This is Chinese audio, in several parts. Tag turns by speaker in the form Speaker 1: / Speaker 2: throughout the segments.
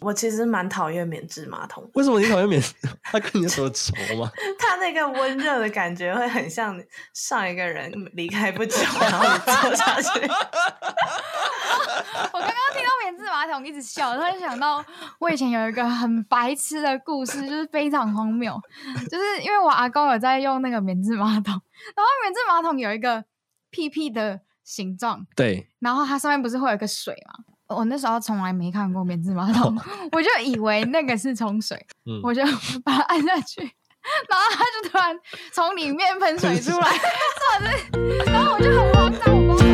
Speaker 1: 我其实蛮讨厌免治马桶，
Speaker 2: 为什么你讨厌免？ 他跟你有什么仇吗？
Speaker 1: 它那个温热的感觉会很像上一个人离开不久，然后你坐下去。
Speaker 3: 我刚刚听到免治马桶一直笑，突然想到我以前有一个很白痴的故事，就是非常荒谬，就是因为我阿公有在用那个免治马桶，然后免治马桶有一个屁屁的形状，
Speaker 2: 对，
Speaker 3: 然后它上面不是会有一个水吗？我那时候从来没看过免治马桶，我就以为那个是冲水，
Speaker 2: 嗯，
Speaker 3: 我就把它按下去，然后它就突然从里面喷水出来，是不是？然后我就很慌张，我不知道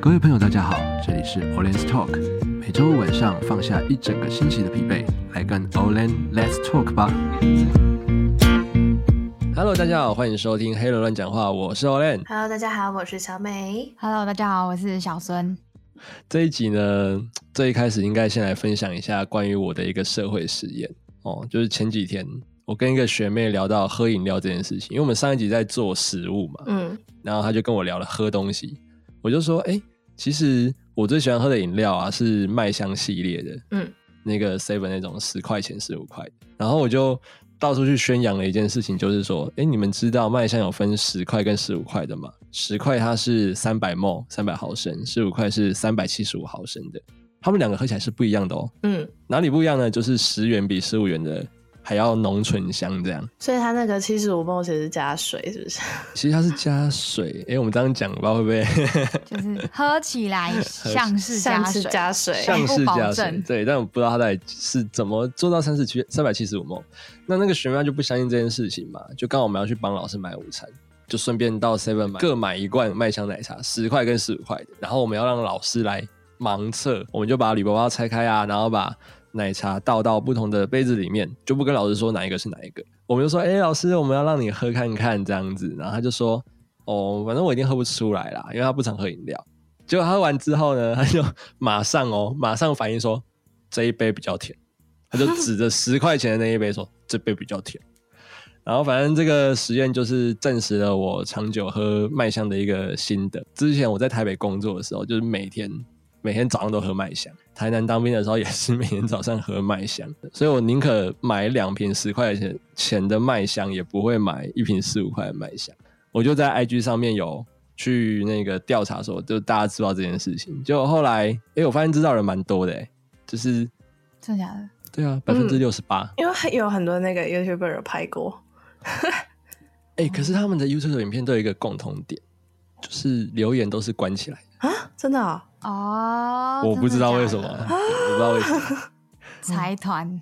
Speaker 4: 各位朋友，大家好，这里是 Olen's Talk，每周五晚上放下一整个星期的疲惫，来跟 Olen Let's Talk 吧。
Speaker 2: Hello，大家好，欢迎收听《黑人乱讲话》，我是 Olen。
Speaker 1: Hello，大家好，我是小美。
Speaker 3: Hello，大家好，我是小孙。
Speaker 2: 这一集呢，最一开始应该先来分享一下关于我的一个社会实验哦，就是前几天我跟一个学妹聊到喝饮料这件事情，因为我们上一集在做食物嘛，
Speaker 1: 嗯
Speaker 2: 然后她就跟我聊了喝东西，我就说，哎、其实我最喜欢喝的饮料啊是麦香系列的，
Speaker 1: 嗯，
Speaker 2: 那个 seven 那种十块钱十五块，然后我就到处去宣扬了一件事情，就是说，哎、你们知道麦香有分十块跟十五块的吗？十块它是三百 ml 三百毫升，十五块是三百七十五毫升的，它们两个喝起来是不一样的哦。
Speaker 1: 嗯，
Speaker 2: 哪里不一样呢？就是十元比十五元的还要浓醇香这样。
Speaker 1: 所以它那个七十五泵其实是加水，是不是？
Speaker 2: 其实它是加水，哎、我们这样讲吧，会不会
Speaker 3: 就是喝起来像 是加
Speaker 1: 像是
Speaker 3: 水，
Speaker 1: 加水。
Speaker 2: 像是加
Speaker 3: 不
Speaker 2: 水
Speaker 3: 保证？
Speaker 2: 对，但我不知道它到底是怎么做到三十七三百七十五梦。那那个学妹她就不相信这件事情嘛，就刚好我们要去帮老师买午餐，就顺便到 Seven 买各买一罐麦香奶茶，十块跟十五块的。然后我们要让老师来盲测，我们就把铝箔包拆开啊，然后把奶茶倒到不同的杯子里面，就不跟老师说哪一个是哪一个。我们就说，哎、老师，我们要让你喝看看这样子。然后他就说，哦，反正我一定喝不出来啦，因为他不常喝饮料。结果他喝完之后呢，他就马上哦，马上反应说这一杯比较甜，他就指着十块钱的那一杯说这杯比较甜。然后反正这个实验就是证实了我长久喝麦香的一个心得。之前我在台北工作的时候，就是每天每天早上都喝麦香；台南当兵的时候也是每天早上喝麦香。所以我宁可买两瓶十块钱钱的麦香，也不会买一瓶十五块的麦香。我就在 IG 上面有去那个调查说，就大家知道这件事情。结果后来，诶，我发现知道人蛮多的、诶就是
Speaker 3: 真的假的？
Speaker 2: 对啊，百分
Speaker 1: 嗯
Speaker 2: 之六十八。
Speaker 1: 因为有很多那个 YouTuber 有拍过，
Speaker 2: 诶，可是他们的 YouTube 影片都有一个共同点，就是留言都是关起来的。
Speaker 1: 真的、 哦，
Speaker 3: 哦，
Speaker 2: 我不知道为什
Speaker 3: 真
Speaker 2: 么，
Speaker 3: 的假的
Speaker 2: 我不知道为什 么。
Speaker 3: 财团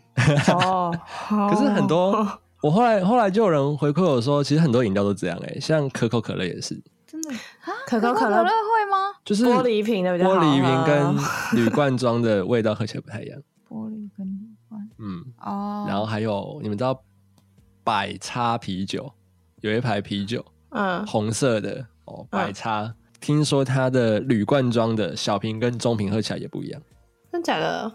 Speaker 1: 哦，
Speaker 2: 可是很多，我后来后来就有人回馈我说，其实很多饮料都这样、诶，像可口可乐也是，
Speaker 3: 真的啊？
Speaker 1: 嗯可口
Speaker 3: 口
Speaker 1: 可乐
Speaker 3: 乐会吗？
Speaker 2: 就是
Speaker 1: 玻璃瓶的比较好
Speaker 2: 玻
Speaker 1: 喝
Speaker 2: 璃瓶跟铝罐装的味道喝起来不太一样。
Speaker 3: 玻璃跟铝罐
Speaker 2: 嗯，
Speaker 3: 哦，
Speaker 2: 然后还有你们知道百叉啤酒有一排啤酒，
Speaker 1: 嗯，
Speaker 2: 红色的哦，百叉。听说它的铝罐装的小瓶跟中瓶喝起来也不一样。
Speaker 1: 真假的？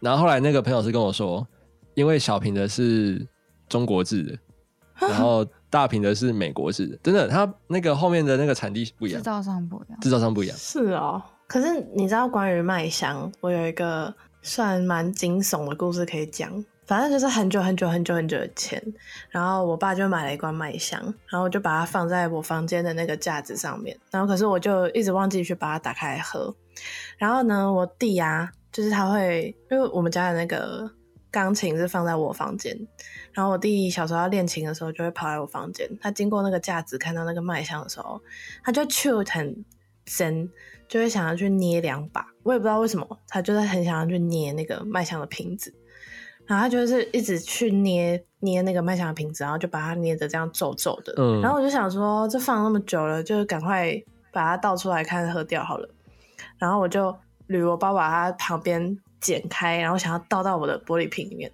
Speaker 2: 然后后来那个朋友是跟我说，因为小瓶的是中国制
Speaker 1: 啊
Speaker 2: 的，然后大瓶的是美国制的，真的，它那个后面的那个产地不一
Speaker 3: 制
Speaker 2: 样，
Speaker 3: 造商不一样。
Speaker 2: 制造商不一样。
Speaker 1: 是哦。可是你知道关于麦香，我有一个算蛮惊悚的故事可以讲。反正就是很久很久很久很久以前，然后我爸就买了一罐麦香，然后我就把它放在我房间的那个架子上面，然后可是我就一直忘记去把它打开来喝。然后呢，我弟啊，就是他会，因为我们家的那个钢琴是放在我房间，然后我弟小时候要练琴的时候，就会跑来我房间。他经过那个架子，看到那个麦香的时候，他就 cute 很真，就会想要去捏两把。我也不知道为什么，他就是很想要去捏那个麦香的瓶子，然后他就是一直去捏捏那个麦香的瓶子，然后就把它捏的这样皱皱的。
Speaker 2: 嗯
Speaker 1: 然后我就想说，这放那么久了，就赶快把它倒出来看喝掉好了。然后我就铝箔包把它旁边剪开，然后想要倒到我的玻璃瓶里面。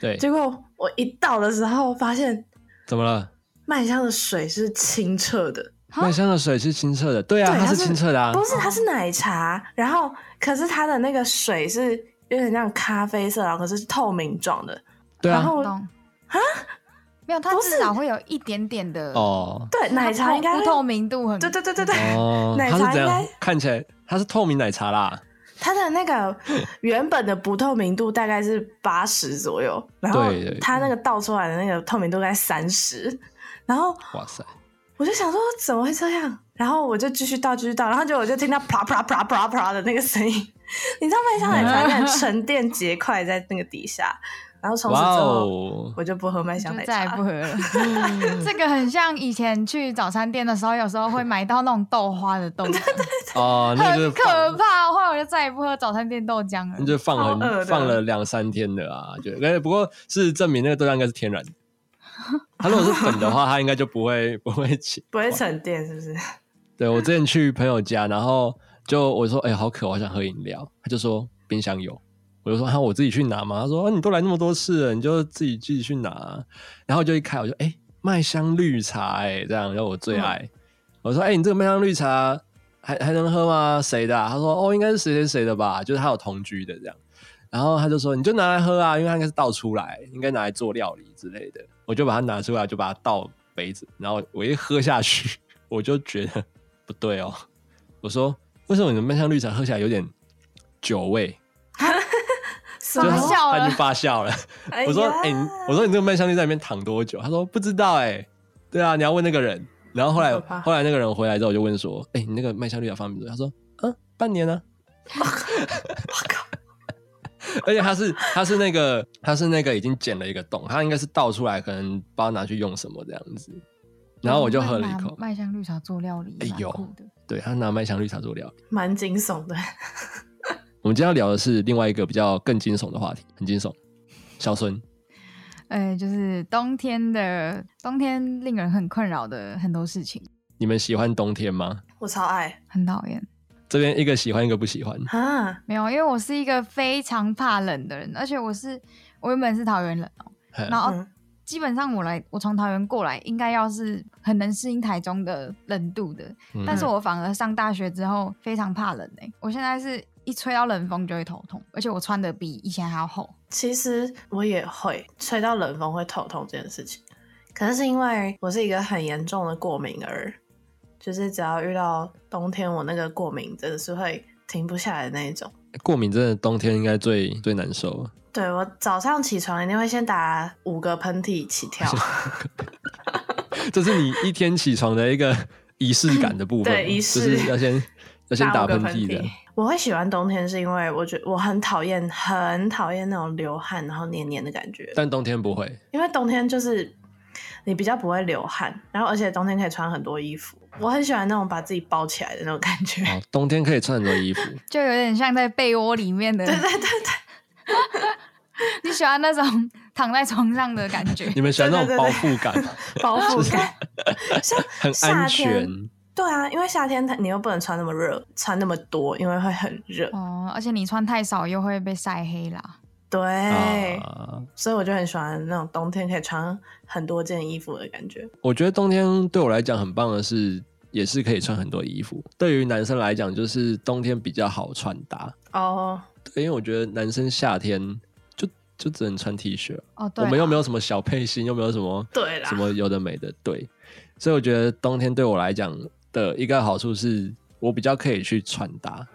Speaker 2: 对，
Speaker 1: 结果我一倒的时候，发现
Speaker 2: 怎么了？
Speaker 1: 麦香的水是清澈的，
Speaker 3: 啊
Speaker 2: 麦香的水是清澈的，对啊，
Speaker 1: 对
Speaker 2: 它
Speaker 1: 它
Speaker 2: 是
Speaker 1: 是
Speaker 2: 清澈的啊
Speaker 1: 不。是它是奶茶，然后可是它的那个水是有点像咖啡色，然后可是透明状的，
Speaker 2: 对
Speaker 1: 然
Speaker 2: 啊，
Speaker 1: 后
Speaker 3: 懂啊？没有，它
Speaker 1: 不是
Speaker 3: 至少会有一点点的，
Speaker 2: 哦，
Speaker 1: 对奶茶应该
Speaker 3: 不透，明度很，
Speaker 1: 对对对对对，
Speaker 2: 哦，
Speaker 1: 奶
Speaker 2: 它
Speaker 1: 茶
Speaker 2: 是怎
Speaker 1: 应
Speaker 2: 样
Speaker 1: 该？
Speaker 2: 看起来它是透明奶茶啦，
Speaker 1: 它的那个原本的不透明度大概是八十左右，然后
Speaker 2: 对对
Speaker 1: 它那个倒出来的那个透明度大概三十，然后
Speaker 2: 哇塞，
Speaker 1: 我就想说怎么会这样，然后我就继续倒继续倒，然后结果我就听到啪啪啪啪啪的那个声音，你知道麦香奶茶那种沉淀结块在那个底下， 然后从此之
Speaker 2: 哇
Speaker 1: 后
Speaker 2: 哦，
Speaker 1: 我就不喝麦香
Speaker 3: 就
Speaker 1: 奶
Speaker 3: 再也
Speaker 1: 茶
Speaker 3: 不，喝了。 这个很像以前去早餐店的时候，有时候会买到那种豆花的豆 浆，
Speaker 2: 哦， 那个就是
Speaker 3: 很
Speaker 2: 放
Speaker 3: 可怕。后来我就再也不喝早餐店豆浆了
Speaker 2: 那。就
Speaker 1: 超
Speaker 2: 放
Speaker 1: 恶
Speaker 2: 很
Speaker 1: 的
Speaker 2: 放了两三天的啊，就哎，不过是证明那个豆浆应该是 天然的。它如果是粉的话，它应该就不会不会起。
Speaker 1: 不会沉淀是 不是？
Speaker 2: 对我之前去朋友家，然后就我说哎、好渴，我好想喝饮料，他就说冰箱有。我就说，啊，我自己去拿嘛。他说，啊，你都来那么多次了，你就自己自己去拿啊。然后就一开，我就，哎、麦香绿茶、欸，哎，这样，然后我最爱。我说，哎、你这个麦香绿茶还还能喝吗？谁的、啊？他说，哦，应该是谁谁谁的吧，就是他有同居的这样。然后他就说，你就拿来喝啊，因为它应该是倒出来，应该拿来做料理之类的。我就把它拿出来，就把它倒杯子，然后我一喝下去， 我就觉得不对哦。我说，为什么你的麦香绿茶喝起来有点酒味？
Speaker 1: 什
Speaker 3: 发
Speaker 1: 么
Speaker 2: 就他
Speaker 3: 酵了
Speaker 2: 他已经发酵了。
Speaker 1: 哎呀
Speaker 2: 我说，哎、你我说你这个麦香绿在里面躺多久？他说不知道、哎，对啊，你要问那个人。然后后来
Speaker 1: 好可怕
Speaker 2: 后来那个人回来之后，我就问说，哎、你那个麦香绿茶放多久？他说，嗯，半年呢、啊。 而且他是他是那个他是那个已经剪了一个洞，他应该是倒出来，可能不知道拿去用什么这样子。然后我就喝了一
Speaker 1: 哦
Speaker 3: 拿
Speaker 2: 口，
Speaker 3: 哦麦香绿茶做料理，
Speaker 2: 哎
Speaker 3: 蛮
Speaker 2: 有
Speaker 3: 酷的
Speaker 2: 对他拿麦香绿茶做料理。
Speaker 1: 蛮惊悚的，
Speaker 2: 我们今天要聊的是另外一个比较更惊悚的话题，很惊悚。小孙，
Speaker 3: 哎，就是冬天的冬天令人很困扰的很多事情，
Speaker 2: 你们喜欢冬天吗？
Speaker 1: 我超爱
Speaker 3: 很讨厌。
Speaker 2: 这边一个喜欢，一个不喜欢。
Speaker 1: 啊！
Speaker 3: 没有，因为我是一个非常怕冷的人，而且我是我原本是桃园人哦，
Speaker 2: 嘿
Speaker 3: 然后
Speaker 1: 嗯
Speaker 3: 基本上我来我从桃园过来，应该要是很能适应台中的冷度的，
Speaker 2: 嗯
Speaker 3: 但是我反而上大学之后非常怕冷哎、我现在是一吹到冷风就会头痛，而且我穿的比以前还要厚。
Speaker 1: 其实我也会吹到冷风会头痛这件事情，可是是因为我是一个很严重的过敏儿，就是只要遇到冬天，我那个过敏真的是会停不下来的那一种。
Speaker 2: 哎过敏真的冬天应该最最难受了。
Speaker 1: 对我早上起床一定会先打五个喷嚏起跳，
Speaker 2: 这是你一天起床的一个仪式感的部分，
Speaker 1: 对仪式
Speaker 2: 就是要先要 先打
Speaker 1: 五个
Speaker 2: 喷
Speaker 1: 喷
Speaker 2: 嚏的。。
Speaker 1: 我会喜欢冬天是因为我觉我很讨厌很讨厌那种流汗然后黏黏的感觉，
Speaker 2: 但冬天不会，
Speaker 1: 因为冬天就是你比较不会流汗，然后而且冬天可以穿很多衣服，我很喜欢那种把自己包起来的那种感觉。
Speaker 2: 哦，冬天可以穿很多衣服。
Speaker 3: 就有点像在被窝里面 的。对对对对，你喜欢那种躺在床上的感 觉？
Speaker 2: 你们喜欢那种
Speaker 1: 对对对
Speaker 2: 包覆感 吗，
Speaker 1: 包覆感， 像
Speaker 2: 很
Speaker 1: 夏
Speaker 2: 安
Speaker 1: 天
Speaker 2: 全。。
Speaker 1: 对啊，因为夏天它你又不能穿那么热，穿那么多，因为会很热。
Speaker 3: 哦，而且你穿太少又会被晒黑啦。
Speaker 1: 对，
Speaker 2: 啊，
Speaker 1: 所以我就很喜欢那种冬天可以穿很多件衣服的感觉。
Speaker 2: 我觉得冬天对我来讲很棒的是，也是可以穿很多衣服。对于男生来讲，就是冬天比较好穿搭，
Speaker 1: 哦，
Speaker 2: 对，因为我觉得男生夏天就就只能穿 T 恤，啊
Speaker 3: 哦，对
Speaker 2: 我
Speaker 3: 啦，
Speaker 2: 们又没有什么小配心，又没有什么
Speaker 1: 对啦
Speaker 2: 什，么有的没的，对。所以我觉得冬天对我来讲的一个好处是，我比较可以去穿搭，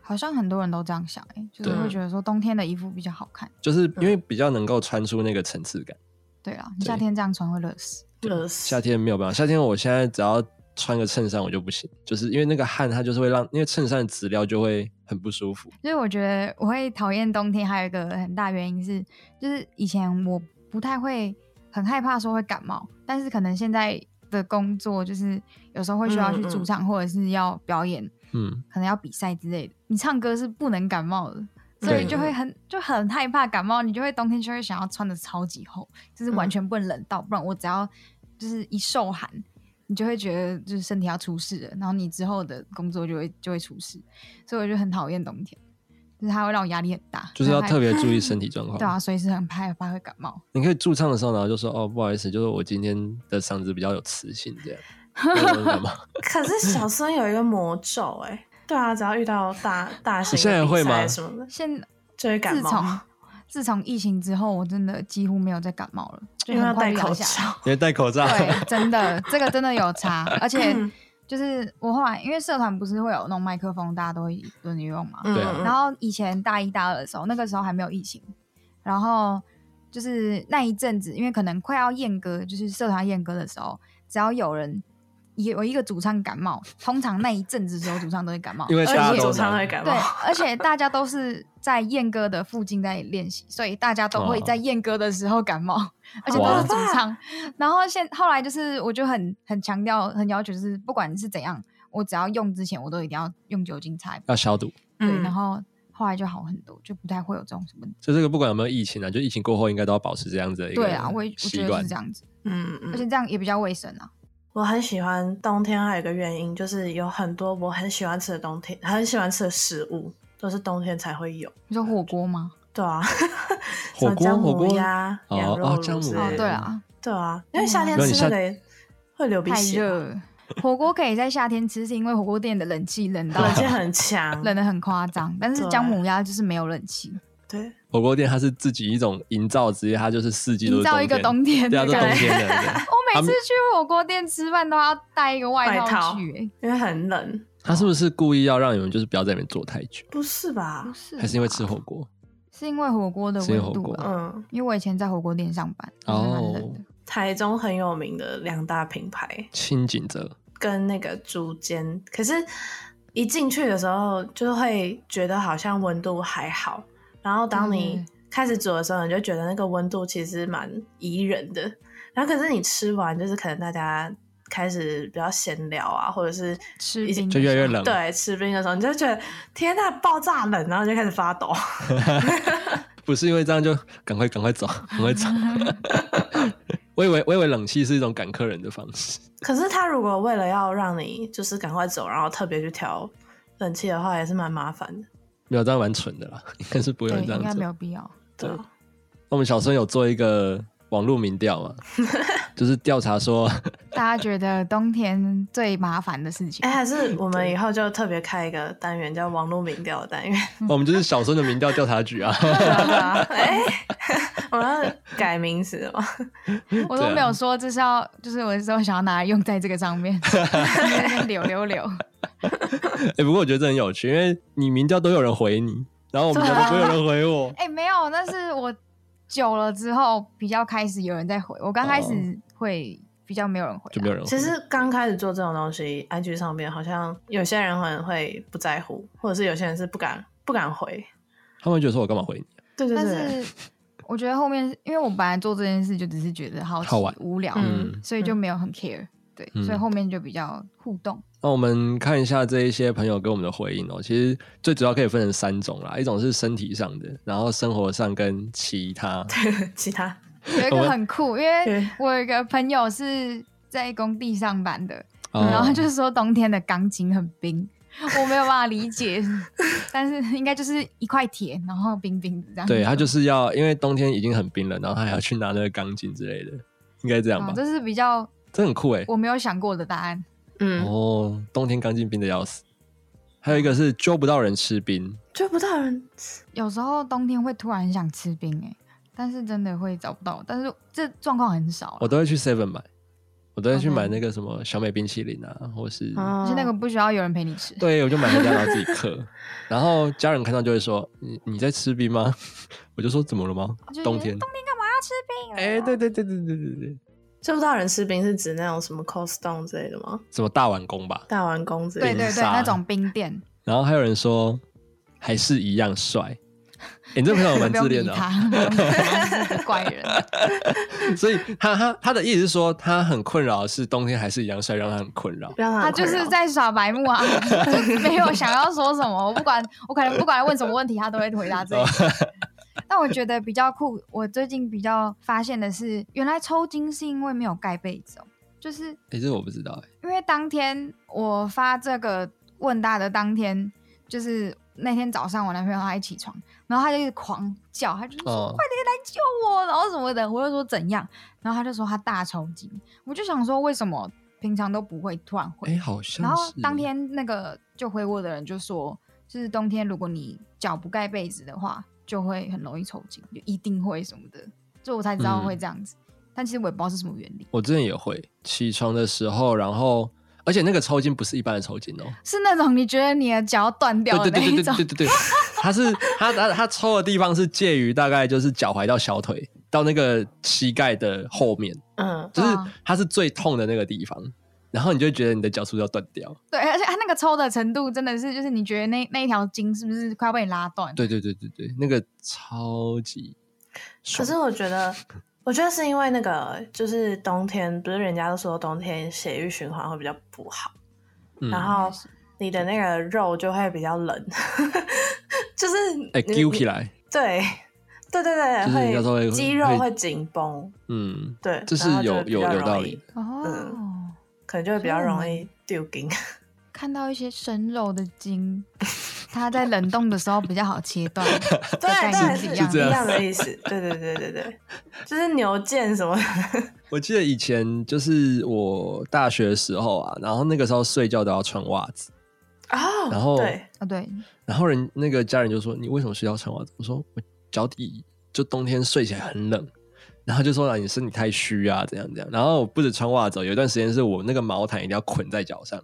Speaker 3: 好像很多人都这样想、欸，就是
Speaker 1: 对
Speaker 3: 会觉得说冬天的衣服比较好看。
Speaker 2: 就是因为比较能够穿出那个层次感。
Speaker 3: 对啊，
Speaker 2: 对
Speaker 3: 你夏天这样穿会热死。
Speaker 1: 热
Speaker 2: 夏
Speaker 1: 死。
Speaker 2: 天没有办法，夏天我现在只要穿个衬衫我就不行，就是因为那个汗它就是会让，因为衬衫的质料就会很不舒服。
Speaker 3: 所以我觉得我会讨厌冬天，还有一个很大原因是，就是以前我不太会，很害怕说会感冒，但是可能现在的工作就是有时候会需要去
Speaker 1: 嗯嗯
Speaker 3: 驻唱，或者是要表演，
Speaker 2: 嗯，
Speaker 3: 可能要比赛之类的，你唱歌是不能感冒的，所
Speaker 2: 对
Speaker 3: 以就会很就很害怕感冒，你就会冬天就会想要穿的超级厚，就是
Speaker 2: 嗯
Speaker 3: 完全不能冷到，不然我只要就是一受寒，你就会觉得就是身体要出事了，然后你之后的工作就会就会出事，所以我就很讨厌冬天，就是它会让我压力很大，
Speaker 2: 就是要
Speaker 3: 很害
Speaker 2: 特别注意身体状况。
Speaker 3: 对啊，所以是很害怕会感冒。
Speaker 2: 你可以驻唱的时候，然后就说哦，不好意思，就是我今天的嗓子比较有磁性，这样。 不要那么感冒
Speaker 1: 可是小孙有一个魔咒哎、对啊，只要遇到大大型
Speaker 2: 你现在
Speaker 1: 的
Speaker 2: 会
Speaker 1: 比
Speaker 2: 吗
Speaker 1: 赛什么的，
Speaker 3: 现
Speaker 1: 就会感
Speaker 3: 自从
Speaker 1: 冒，
Speaker 3: 自从疫情之后，我真的几乎没有再感冒了，就
Speaker 1: 因为
Speaker 3: 很
Speaker 1: 要
Speaker 3: 快
Speaker 1: 戴
Speaker 3: 就
Speaker 1: 口
Speaker 3: 养
Speaker 1: 罩
Speaker 3: 下来。。
Speaker 2: 因为戴口罩。
Speaker 3: 对，真的，这个真的有差，而且就是我后来因为社团不是会有那种麦克风，大家都会轮流用嘛。
Speaker 2: 对
Speaker 1: 嗯
Speaker 2: 啊
Speaker 3: 然后以前大一大二的时候，那个时候还没有疫情，然后就是那一阵子，因为可能快要验歌，就是社团验歌的时候，只要有人有一个主唱感冒，通常那一阵子所有主唱都会感 冒，
Speaker 2: 因为大家
Speaker 1: 而且
Speaker 2: 都
Speaker 1: 主唱会感
Speaker 3: 对
Speaker 1: 冒，，
Speaker 3: 而且大家都是在燕哥的附近在练习，所以大家都会在
Speaker 2: 哦
Speaker 3: 燕哥的时候感冒，而且都是主唱。然后现后来就是，我就很很强调，很要求，就是不管是怎样，我只要用之前，我都一定要用酒精擦一遍。
Speaker 2: 要消毒。
Speaker 3: 对，然
Speaker 1: 嗯，
Speaker 3: 后后来就好很多，就不太会有这种什么。
Speaker 2: 所以这个不管有没有疫情啊，就疫情过后应该都要保持这样子的一个
Speaker 3: 对啊，我也我
Speaker 2: 习
Speaker 3: 觉得
Speaker 2: 惯
Speaker 3: 是这。样子，
Speaker 1: 嗯嗯
Speaker 3: 而且这样也比较卫生啊。
Speaker 1: 我很喜欢冬天，还有一个原因就是有很多我很喜欢吃的冬天，很喜欢吃的食物都是冬天才会有。
Speaker 3: 你说火锅吗？
Speaker 1: 对 啊，什
Speaker 2: 火
Speaker 1: 么姜
Speaker 2: 锅火
Speaker 1: 母
Speaker 2: 锅
Speaker 1: 鸭、
Speaker 2: 哦
Speaker 1: 羊肉
Speaker 2: 哦
Speaker 1: 卤
Speaker 2: 姜母
Speaker 1: 之类
Speaker 2: 鸭嗯
Speaker 3: 哦
Speaker 1: 的，
Speaker 3: 对啊，
Speaker 1: 对啊，因为夏天
Speaker 2: 那你
Speaker 1: 吃那
Speaker 2: 夏
Speaker 1: 个也会流鼻
Speaker 3: 太
Speaker 1: 血
Speaker 3: 热
Speaker 1: 吧，
Speaker 2: 啊
Speaker 3: 了。火锅可以在夏天吃，是因为火锅店的冷气冷到
Speaker 1: 冷 气很强，
Speaker 3: 冷的很夸张，但是
Speaker 1: 对
Speaker 3: 姜母鸭就是没有冷气，
Speaker 1: 对，
Speaker 2: 火锅店它是自己一种营造职业，它就是四季都
Speaker 3: 营
Speaker 2: 是
Speaker 3: 造一个冬天
Speaker 2: 对啊，
Speaker 3: 的
Speaker 2: 都
Speaker 3: 感
Speaker 2: 冬
Speaker 3: 觉。
Speaker 2: 天的。对
Speaker 3: 我每次去火锅店吃饭都要带一个外
Speaker 1: 外套
Speaker 3: 去、欸，
Speaker 1: 因为很冷，
Speaker 2: 它是不是故意要让你们就是不要在里面坐太久？
Speaker 1: 不是吧
Speaker 3: 不？是吧
Speaker 2: 还是因为吃火锅？
Speaker 3: 是因为火锅的
Speaker 2: 是因
Speaker 3: 温
Speaker 2: 为火
Speaker 3: 度
Speaker 2: 锅哦
Speaker 3: 啊。
Speaker 1: 嗯，
Speaker 3: 因为我以前在火锅店上班，就是嗯蛮冷的。
Speaker 1: 台中很有名的两大品牌
Speaker 2: 清景泽
Speaker 1: 跟那个竹间，可是一进去的时候就会觉得好像温度还好，然后当你
Speaker 3: 嗯
Speaker 1: 开始煮的时候，你就觉得那个温度其实蛮宜人的。然后可是你吃完，就是可能大家开始比较闲聊啊，或者是
Speaker 3: 吃
Speaker 1: 已经
Speaker 3: 冰
Speaker 2: 就越来越冷，
Speaker 1: 对，吃冰的时候你就觉得天呐，爆炸冷，然后就开始发抖。
Speaker 2: 不是因为这样就赶快赶快走，赶快走。 我以为我以为冷气是一种赶客人的方式，
Speaker 1: 可是他如果为了要让你就是赶快走，然后特别去调冷气的话，也是蛮麻烦的。
Speaker 2: 没有这样蛮蠢的啦，应该是不会有
Speaker 3: 对，
Speaker 2: 人这
Speaker 3: 应该
Speaker 2: 样
Speaker 3: 没
Speaker 2: 做。
Speaker 3: 有必要。
Speaker 1: 对啊，
Speaker 2: 我们小时候有做一个网络民调 嘛，就是调查说哦
Speaker 3: 大家觉得冬天最麻烦的事情
Speaker 1: 哎、，还是我们以后就特别开一个单元叫网络民调的单元。
Speaker 2: 我们就是小时候的民调调查局啊。
Speaker 1: 对啊对啊，哎、我要改名字了吗？
Speaker 3: 我
Speaker 2: 啊
Speaker 3: 都没有说这是要，就是我之后想要拿来用在这个 上面，流流流。
Speaker 2: 哎、不过我觉得这很有趣，因为你民调都有人回你，然后我们调
Speaker 3: 啊
Speaker 2: 都没有人回我。
Speaker 3: 哎、没有，那是我久了之后比较开始有人在回，我刚开
Speaker 2: 哦
Speaker 3: 始会比较没有人回、啊
Speaker 2: 就没有人回。
Speaker 1: 其实刚开始做这种东西，IG 上面好像有些人可能会不在乎，或者是有些人是不敢不敢回。
Speaker 2: 他们会觉得说我干嘛回你？啊
Speaker 1: 对对
Speaker 3: 但
Speaker 1: 对，
Speaker 3: 是我觉得后面，因为我本来做这件事就只是觉得好奇
Speaker 2: 好玩
Speaker 3: 无聊，
Speaker 1: 嗯
Speaker 2: 嗯，
Speaker 3: 所以就没有很 care、对，
Speaker 2: 嗯
Speaker 3: 所以后面就比较互 动。
Speaker 2: 那我们看一下这一些朋友给我们的回应哦。其实最主要可以分成三种啦，一种是身体上的，然后生活上跟其他。
Speaker 1: 其他
Speaker 3: 有一个很酷，因为
Speaker 1: 对
Speaker 3: 我有一个朋友是在工地上班的，
Speaker 2: 哦
Speaker 3: 然后就是说冬天的钢筋很冰。我没有办法 理解，但是应该就是一块铁，然后冰冰的这样。
Speaker 2: 对他就是要，因为冬天已经很冰了，然后他还要去拿那个钢筋之类的，应该这样吧？
Speaker 3: 嗯这是比较
Speaker 2: 这很酷哎、
Speaker 3: 我没有想过的答案。
Speaker 1: 嗯，
Speaker 2: 哦，冬天钢筋冰的要死。还有一个是揪不到人吃冰，
Speaker 1: 追不到人，
Speaker 3: 有时候冬天会突然很想吃冰哎、但是真的会找不到，但是这状况很少啦
Speaker 2: 我都会去 Seven 买，我都会去
Speaker 3: OK
Speaker 2: 买那个什么小美冰淇淋啊，或是、
Speaker 1: 哦
Speaker 3: 就是那个不需要有人陪你吃。
Speaker 2: 对，我就买回家然后自己嗑，然后家人看到就会说：“你你在吃冰吗？” 我就说：“怎么了吗
Speaker 3: 就？”
Speaker 2: 冬天，
Speaker 3: 冬天干嘛要吃冰、啊？
Speaker 2: 哎、对对对对对对对，
Speaker 1: 追不到人吃冰是指那种什么 cold stone 之类的吗？
Speaker 2: 什么大碗公吧。
Speaker 1: 大完工之类
Speaker 3: 对
Speaker 1: 的。
Speaker 3: 对
Speaker 2: 冰
Speaker 3: 对，
Speaker 2: 沙
Speaker 3: 那种冰店，
Speaker 2: 然后还有人说：“还是一样帅。哎，你这朋友蛮
Speaker 3: 不用
Speaker 2: 自
Speaker 3: 理
Speaker 2: 恋的啊、
Speaker 3: 他，是个怪 人。
Speaker 2: 所以他他他的意思是说，他很困扰的是冬天还是一样帅，让他很困扰。
Speaker 1: 让哦
Speaker 3: 他
Speaker 1: 很
Speaker 3: 就
Speaker 1: 困
Speaker 3: 是
Speaker 1: 扰
Speaker 3: 在耍白目 啊，就没有想要说什么。我不管，我可能不管问什么问题，他都会回答这一
Speaker 2: 哦
Speaker 3: 题。 但我觉得比较酷，我最近比较发现的是，原来抽筋是因为没有盖被子、哦，就是
Speaker 2: 哎、这我不知道哎、
Speaker 3: 因为当天我发这个问答的当天，就是那天早上我男朋友他一起床，然后他就一直狂叫，他就是说、
Speaker 2: 哦
Speaker 3: 快点来救我，然后什么的，我就说怎样，然后他就说他大抽筋，我就想说为什么平常都不会突然会，
Speaker 2: 哎、好像是。
Speaker 3: 然后当天那个就回我的人就说，就是冬天如果你脚不盖被子的话，就会很容易抽筋，就一定会什么的，所以我才知
Speaker 2: 嗯
Speaker 3: 道会这样子，但其实我也不知道是什么原理。
Speaker 2: 我之前也会起床的时候，然后而且那个抽筋不是一般的抽筋哦，
Speaker 3: 是那种你觉得你的脚断掉
Speaker 2: 对
Speaker 3: 的那
Speaker 2: 对对
Speaker 3: 一
Speaker 2: 对
Speaker 3: 种
Speaker 2: 对对，对对，他是他他他抽的地方是介于大概就是脚踝到小腿到那个膝盖的后面，
Speaker 1: 嗯，
Speaker 2: 就是
Speaker 3: 哇
Speaker 2: 它是最痛的那个地方，然后你就会觉得你的脚是不是要断掉？
Speaker 3: 对，而且啊它那个抽的程度真的是，就是你觉得那那一条筋是不是快要被你拉断？
Speaker 2: 对对对对对，那个超级
Speaker 1: 可
Speaker 2: 爽。
Speaker 1: 是我觉得，我觉得是因为那个就是冬天，不是人家都说冬天血液循环会比较不好，
Speaker 2: 嗯
Speaker 1: 然后你的那个肉就会比较冷， 就是
Speaker 2: 哎，
Speaker 1: 你
Speaker 2: 揪起来，
Speaker 1: 对对对
Speaker 2: 就是
Speaker 1: 对，
Speaker 2: 有时候会
Speaker 1: 肌肉
Speaker 2: 会
Speaker 1: 会紧绷，
Speaker 2: 嗯，
Speaker 1: 对，
Speaker 2: 这是
Speaker 1: 然后就
Speaker 2: 有
Speaker 1: 会比
Speaker 2: 有
Speaker 1: 较
Speaker 2: 有道
Speaker 1: 容易
Speaker 2: 理，
Speaker 3: 哦
Speaker 1: 嗯，可能就会比较
Speaker 3: 所以我
Speaker 1: 容
Speaker 3: 们
Speaker 1: 易丢 筋。
Speaker 3: 看到一些生肉的筋， 它在冷冻的时候比较好切 断，
Speaker 1: 对
Speaker 3: 概念
Speaker 1: 对
Speaker 3: 是
Speaker 1: 是
Speaker 3: 一
Speaker 2: 样的
Speaker 1: 一样的意思，对对对对对，就是牛腱什么的，
Speaker 2: 我记得以前就是我大学的时候啊，然后那个时候睡觉都要穿袜子，
Speaker 1: 哦，
Speaker 2: 然后
Speaker 1: 对，
Speaker 3: 啊，对，
Speaker 2: 然后人那个家人就说：“你为什么睡觉穿袜子？”我说：“我脚底就冬天睡起来很冷。”然后就说：“啊，你身体太虚啊，怎样怎样。”然后我不止穿袜子哦，有一段时间是我那个毛毯一定要捆在脚 上，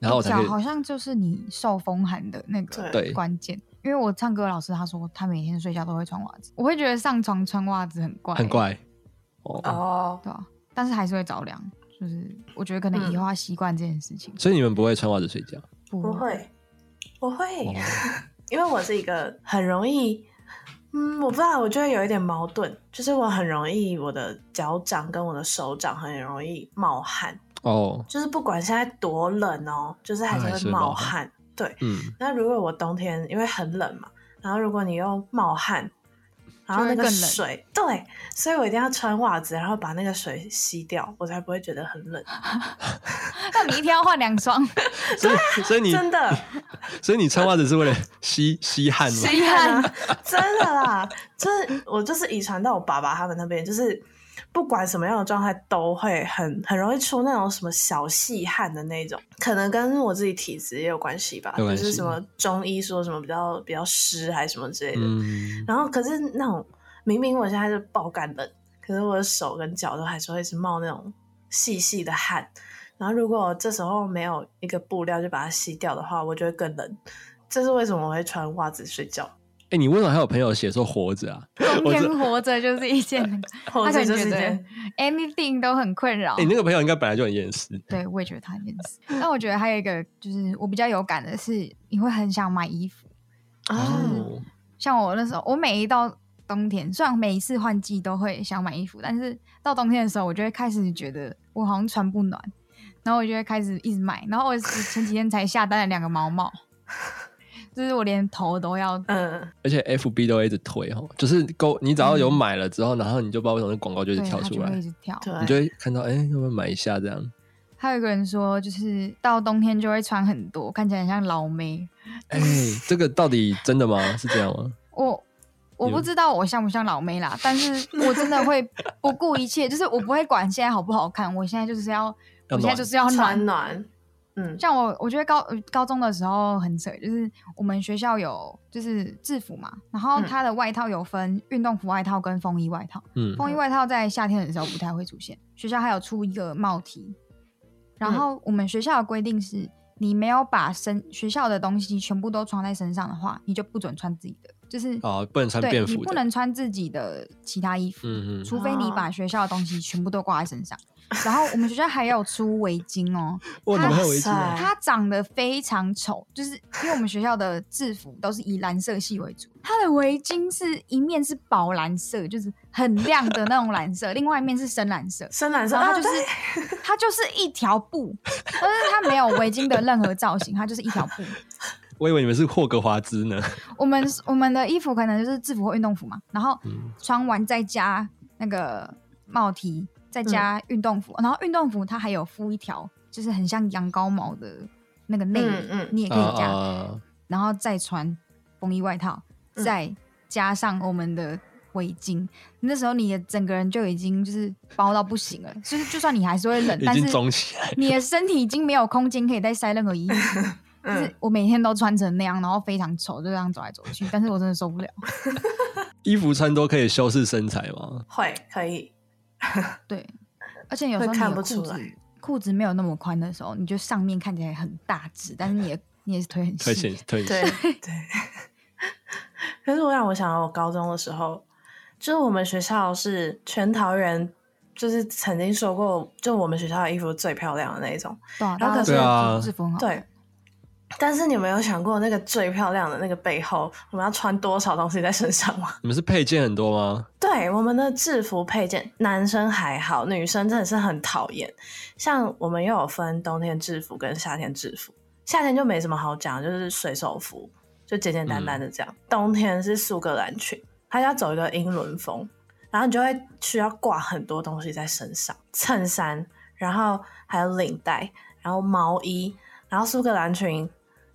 Speaker 2: 然后我才
Speaker 3: 脚
Speaker 2: 可以。
Speaker 3: 好像就是你受风寒的那个
Speaker 2: 对
Speaker 3: 关键。因为我唱歌老师他说他每天睡觉都会穿袜子，我会觉得上床穿袜子很怪、
Speaker 2: 很，怪哦。
Speaker 1: 哦，
Speaker 3: 对啊，但是还是会着凉，就是我觉得可能以后要习惯这件事情。
Speaker 2: 所以你们不会穿袜子睡觉？
Speaker 3: 不
Speaker 1: 嗯不，会，我会
Speaker 2: 哦，
Speaker 1: 因为我是一个很容易，嗯，我不知道，我觉得有一点矛盾，就是我很容易我的脚掌跟我的手掌很容易冒汗，
Speaker 2: 哦，
Speaker 1: 就是不管现在多冷哦，就是还
Speaker 2: 它还
Speaker 1: 是
Speaker 2: 是
Speaker 1: 会
Speaker 2: 冒
Speaker 1: 冒
Speaker 2: 汗
Speaker 1: 汗，对，
Speaker 2: 嗯，
Speaker 1: 那如果我冬天因为很冷嘛，然后如果你又冒汗，然后那
Speaker 3: 就会
Speaker 1: 个
Speaker 3: 更冷
Speaker 1: 水，对，所以我一定要穿袜子，然后把那个水吸掉，我才不会觉得很冷。
Speaker 3: 那你一天要换两双，
Speaker 2: 所以所以你
Speaker 1: 真的，
Speaker 2: 所以你穿袜子是为了吸吸汗吗？
Speaker 1: 真的啦， 真的啦，就是我就是遗传到我爸爸他们那边，就是不管什么样的状态都会很很容易出那种什么小细汗的那种，可能跟我自己体质也有关系吧，
Speaker 2: 有
Speaker 1: 就
Speaker 2: 关
Speaker 1: 是
Speaker 2: 系
Speaker 1: 什么中医说什么比较比较湿还是什么之类的，
Speaker 2: 嗯，
Speaker 1: 然后可是那种明明我现在是爆干冷，可是我的手跟脚都还是会是冒那种细细的汗。然后如果这时候没有一个布料就把它吸掉的话，我就会更冷。这是为什么我会穿袜子睡觉，
Speaker 2: 哎，你为什么还有朋友写说活着啊？
Speaker 3: 冬
Speaker 2: 我知
Speaker 3: 天活着就是一件 那个，
Speaker 1: 或
Speaker 3: 可
Speaker 1: 者
Speaker 3: 能
Speaker 1: 就是
Speaker 3: 觉
Speaker 1: 一
Speaker 3: 得
Speaker 1: 件
Speaker 3: anything 都很困扰。
Speaker 1: 哦
Speaker 2: 哎，你那个朋友应该本来就很厌世，
Speaker 3: 对，我也觉得他很厌世。但我觉得还有一个就是我比较有感的是，你会很想买衣服。
Speaker 1: 啊，
Speaker 2: 哦，
Speaker 3: 像我那时候，我每一到冬天，虽然每一次换季都会想买衣服，但是到冬天的时候，我就会开始觉得我好像穿不暖，然后我就会开始一直买。然后我前几天才下单了两个毛毛，就是我连头都要
Speaker 1: 嗯，
Speaker 2: 而且 FB 都会一直推哦，就是购你只要有买了之后，然后你就不知道为什么那广告就一
Speaker 3: 对
Speaker 2: 直跳
Speaker 3: 它
Speaker 2: 出
Speaker 3: 就会
Speaker 2: 来
Speaker 3: 一，直跳。
Speaker 1: 对，
Speaker 2: 你就会看到哎，诶要不要买一下这样？
Speaker 3: 还有一个人说，就是到冬天就会穿很多，看起来很像老妹。
Speaker 2: 哎，这个到底真的吗？是这样吗？
Speaker 3: 我我
Speaker 2: 你
Speaker 3: 不知道我像不像老 妹啦，但是我真的会不顾一切，就是我不会管现在好不好看，我现在就是要，
Speaker 2: 要
Speaker 3: 我现在
Speaker 2: 暖
Speaker 3: 就是要暖
Speaker 1: 穿暖，嗯，
Speaker 3: 像我，我觉得高呃高中的时候很扯，就是我们学校有就是制服嘛，然后
Speaker 1: 嗯
Speaker 3: 它的外套有分运动服外套跟风衣外套，
Speaker 2: 嗯，
Speaker 3: 风衣外套在夏天的时候不太会出现。学校还有出一个帽 T，然
Speaker 2: 嗯
Speaker 3: 后我们学校的规定是，你没有把身学校的东西全部都穿在身上的话，你就不准穿自己的，就是
Speaker 2: 哦，不能穿
Speaker 3: 对
Speaker 2: 便
Speaker 3: 你
Speaker 2: 服
Speaker 3: 不
Speaker 2: 的，
Speaker 3: 能穿自己的其他衣服，
Speaker 2: 嗯嗯
Speaker 3: 除非你
Speaker 1: 哦
Speaker 3: 把学校的东西全部都挂在身上。然后我们学校还有出围巾哦，
Speaker 2: 哇，你们还有围巾
Speaker 1: 哇
Speaker 2: 啊？
Speaker 1: 塞
Speaker 3: 他长得非常丑，就是因为我们学校的制服都是以蓝色系为主，他的围巾是一面是宝蓝色，就是很亮的那种蓝 色，另外一面是深蓝色。
Speaker 1: 深蓝色，
Speaker 3: 然后
Speaker 1: 啊
Speaker 3: 它就
Speaker 1: 对
Speaker 3: 是它就是一条布，但是它没有围巾的任何造型，它就是一条布。
Speaker 2: 我以为你们是霍格华兹呢。
Speaker 3: 我们我们的衣服可能就是制服或运动服嘛，然后
Speaker 2: 嗯
Speaker 3: 穿完再加那个帽 T，再加运动服，
Speaker 1: 嗯
Speaker 3: 然后运动服它还有附一条就是很像羊羔毛的那个内衣，
Speaker 1: 嗯嗯
Speaker 3: 你也可以加。
Speaker 2: 啊，
Speaker 3: 然后再穿风衣外套，
Speaker 1: 嗯
Speaker 3: 再加上我们的围巾。那时候你的整个人就已经就是包到不行了， 就是就算你还是会冷，
Speaker 2: 已
Speaker 3: 但是
Speaker 2: 经肿起来了。
Speaker 3: 你的身体已经没有空间可以再塞任何衣服。就是
Speaker 1: 嗯，
Speaker 3: 我每天都穿成那样，然后非常丑，就这样走来走 去，但是我真的受不了。
Speaker 2: 衣服穿多可 以修饰身材吗？
Speaker 1: 会可以，
Speaker 3: 对，而且有时
Speaker 1: 会
Speaker 3: 候你
Speaker 1: 看
Speaker 3: 的
Speaker 1: 不
Speaker 3: 裤
Speaker 1: 出
Speaker 3: 子
Speaker 1: 来
Speaker 3: 裤子没有那么宽的时候，你就上面看起来很大只，但是你的你的腿很
Speaker 2: 推
Speaker 3: 细
Speaker 2: 荐。推
Speaker 1: 对
Speaker 2: 荐，
Speaker 1: 对。 可是我让我想到我高中的时候，就是我们学校是全桃园，就是曾经说过，就我们学校的衣服最漂亮的那一种。
Speaker 3: 对啊，
Speaker 1: 然后可是
Speaker 3: 大家
Speaker 2: 对
Speaker 3: 都
Speaker 2: 啊
Speaker 3: 制服很好看
Speaker 1: 对。但是你们有想过那个最漂亮的那个背后，我们要穿多少东西在身上吗？
Speaker 2: 你们是配件很多吗？
Speaker 1: 对，我们的制服配件，男生还好，女生真的是很讨厌。像我们又有分冬天制服跟夏天制服，夏天就没什么好讲，就是水手服，就简简单单的这样。冬天是苏格兰裙，它要走一个英伦风，然后你就会需要挂很多东西在身上，衬衫，然后还有领带，然后毛衣，然后苏格兰裙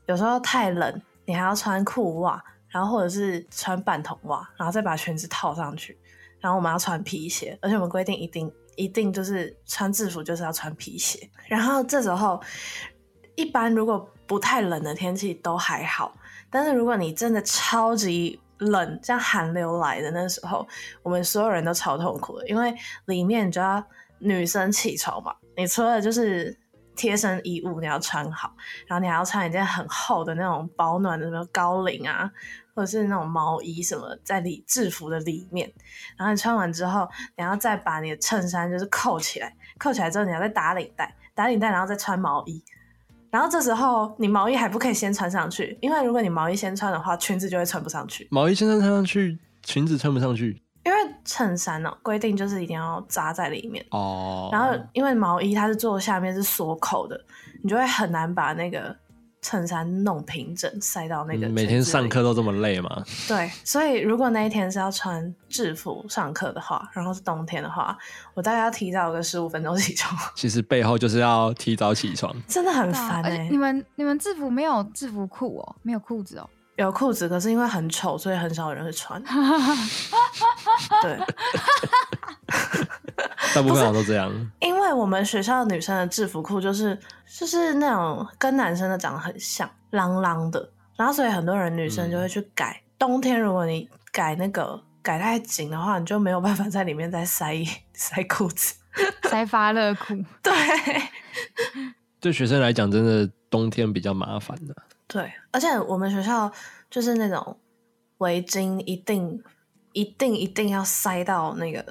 Speaker 1: 有时候太冷，你还要穿裤袜。然后或者是穿半筒袜，然后再把裙子套上去，然后我们要穿皮鞋，而且我们规定一定一定就是穿制服就是要穿皮鞋。然后这时候，一般如果不太冷的天气都还好，但是如果你真的超级冷，像寒流来的那时候，我们所有人都超痛苦的，因为里面你就要女生起床嘛，你除了就是。贴身衣物你要穿好，然后你还要穿一件很厚的那种保暖的什么高领啊，或者是那种毛衣什么，在里制服的里面。然后你穿完之后，你要再把你的衬衫就是扣起来，扣起来之后你要再打领带，打领带然后再穿毛衣。然后这时候你毛衣还不可以先穿上去，因为如果你毛衣先穿的话，裙子就会穿不上去。
Speaker 2: 毛衣先生穿上去，裙子穿不上去
Speaker 1: 因为衬衫呢、规定就是一定要扎在里面，
Speaker 2: 哦。
Speaker 1: 然后因为毛衣它是做下面是缩口的，你就会很难把那个衬衫弄平整，塞到那个、
Speaker 2: 嗯每天上课。都这么累吗？
Speaker 1: 对，所以如果那一天是要穿制服上课的话，然后是冬天的话，我大概要提早个十五分钟起床，
Speaker 2: 其实背后就是要提早起床，
Speaker 1: 真的很
Speaker 3: 对啊
Speaker 1: 烦
Speaker 3: 而
Speaker 1: 哎、
Speaker 3: 且你们你们制服没有制服裤哦，没有裤 子哦。
Speaker 1: 有裤子，可是因为很丑，所以很少人会穿。对，
Speaker 2: 大部分人都这样。
Speaker 1: 因为我们学校女生的制服裤就是就是那种跟男生的长得很像，啷啷的，然后所以很多人女生就会去改。冬天如果你改那个改太紧的话，你就没有办法在里面再塞衣 塞裤子。
Speaker 3: 塞发热裤，
Speaker 1: 对
Speaker 2: 对学生来讲，真的冬天比较麻烦的、
Speaker 1: 对，而且我们学校就是那种围巾一定一定一定要塞到那个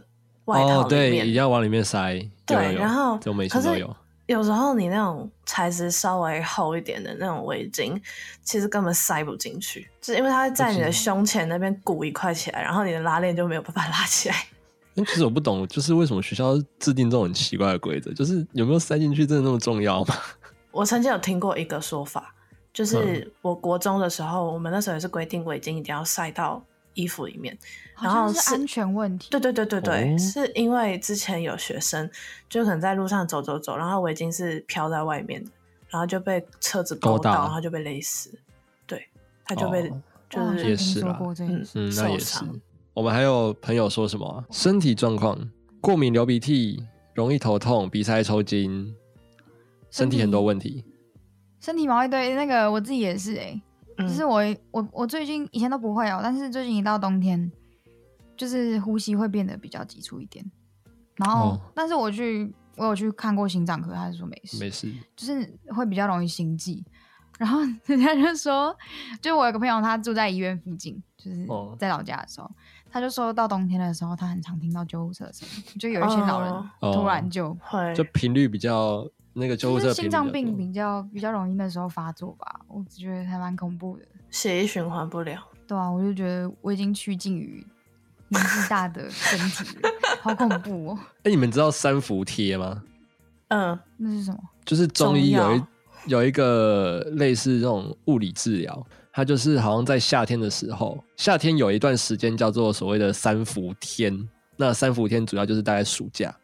Speaker 1: 外套，
Speaker 2: 哦
Speaker 1: 里
Speaker 2: 对，
Speaker 1: 面。
Speaker 2: 一定要往里面塞。
Speaker 1: 对
Speaker 2: 有有有
Speaker 1: 然后
Speaker 2: 这我们以
Speaker 1: 可
Speaker 2: 前
Speaker 1: 是
Speaker 2: 都有。
Speaker 1: 有时候你那种材质稍微厚一点的那种围巾，其实根本塞不进去，就是因为它会在你的胸前那边鼓一块起来，然后你的拉链就没有办法 拉起来。
Speaker 2: 但其实我不懂，就是为什么学校制定这种很奇怪的规则，就是有没有塞进去真的那么重要吗？
Speaker 1: 我曾经有听过一个说法，
Speaker 2: 嗯
Speaker 1: 就是我国中的时候，我们那时候也是规定围巾一定要塞到衣服里面。然后
Speaker 3: 好像是
Speaker 1: 是
Speaker 3: 安全问题。
Speaker 1: 对对对对对，
Speaker 2: 哦
Speaker 1: 是因为之前有学生就可能在路上走走走，然后围巾是飘在外面的，然后就被车子勾
Speaker 2: 勾到
Speaker 1: 到，然后就被勒死。对，他就被、
Speaker 2: 哦
Speaker 1: 就
Speaker 3: 我好
Speaker 1: 是
Speaker 3: 像
Speaker 2: 也是
Speaker 3: 听说
Speaker 2: 啦
Speaker 3: 过这个。
Speaker 1: 嗯
Speaker 2: 嗯，那
Speaker 1: 受
Speaker 2: 也是
Speaker 1: 伤。
Speaker 2: 我们还有朋友说什么啊、身体状况，过敏、流鼻涕、容易头痛、鼻塞、抽筋，身
Speaker 3: 身
Speaker 2: 体很多
Speaker 3: 体
Speaker 2: 问题。
Speaker 3: 身体毛一堆，那个我自己也是哎、
Speaker 1: 嗯
Speaker 3: 就是我我我最近以前都不会哦、但是最近一到冬天，就是呼吸会变得比较急促一点。然后，
Speaker 2: 哦
Speaker 3: 但是我去我有去看过心脏科，他是说没
Speaker 1: 嗯
Speaker 3: 事，
Speaker 2: 没事，
Speaker 3: 就是会比较容易心悸。然后 人家就说，就我有个朋友，他住在医院附近，就是
Speaker 2: 哦
Speaker 3: 在老家的时候，他就说到冬天的时候，他很常听到救护车的声音，就有一些老人
Speaker 2: 哦
Speaker 3: 突然就。
Speaker 1: 会
Speaker 2: 就频率比较那个救护
Speaker 3: 就
Speaker 2: 车
Speaker 3: 是
Speaker 2: 频率比
Speaker 3: 心
Speaker 2: 较
Speaker 3: 脏
Speaker 2: 多
Speaker 3: 病比较比较容易那时候发作吧，我觉得还蛮恐怖的。
Speaker 1: 血液循环不良。
Speaker 3: 对啊，我就觉得我已经趋近于年纪大的身体了，好恐怖哦！
Speaker 2: 哎、你们知道三伏贴吗？
Speaker 1: 嗯，
Speaker 3: 那是什么？
Speaker 2: 就是中医有
Speaker 1: 中
Speaker 2: 一
Speaker 1: 药
Speaker 2: 有一个类似这种物理治疗，它就是好像在夏天的时候，夏天有一段时间叫做所谓的三伏天。那三伏天主要就是大概暑假。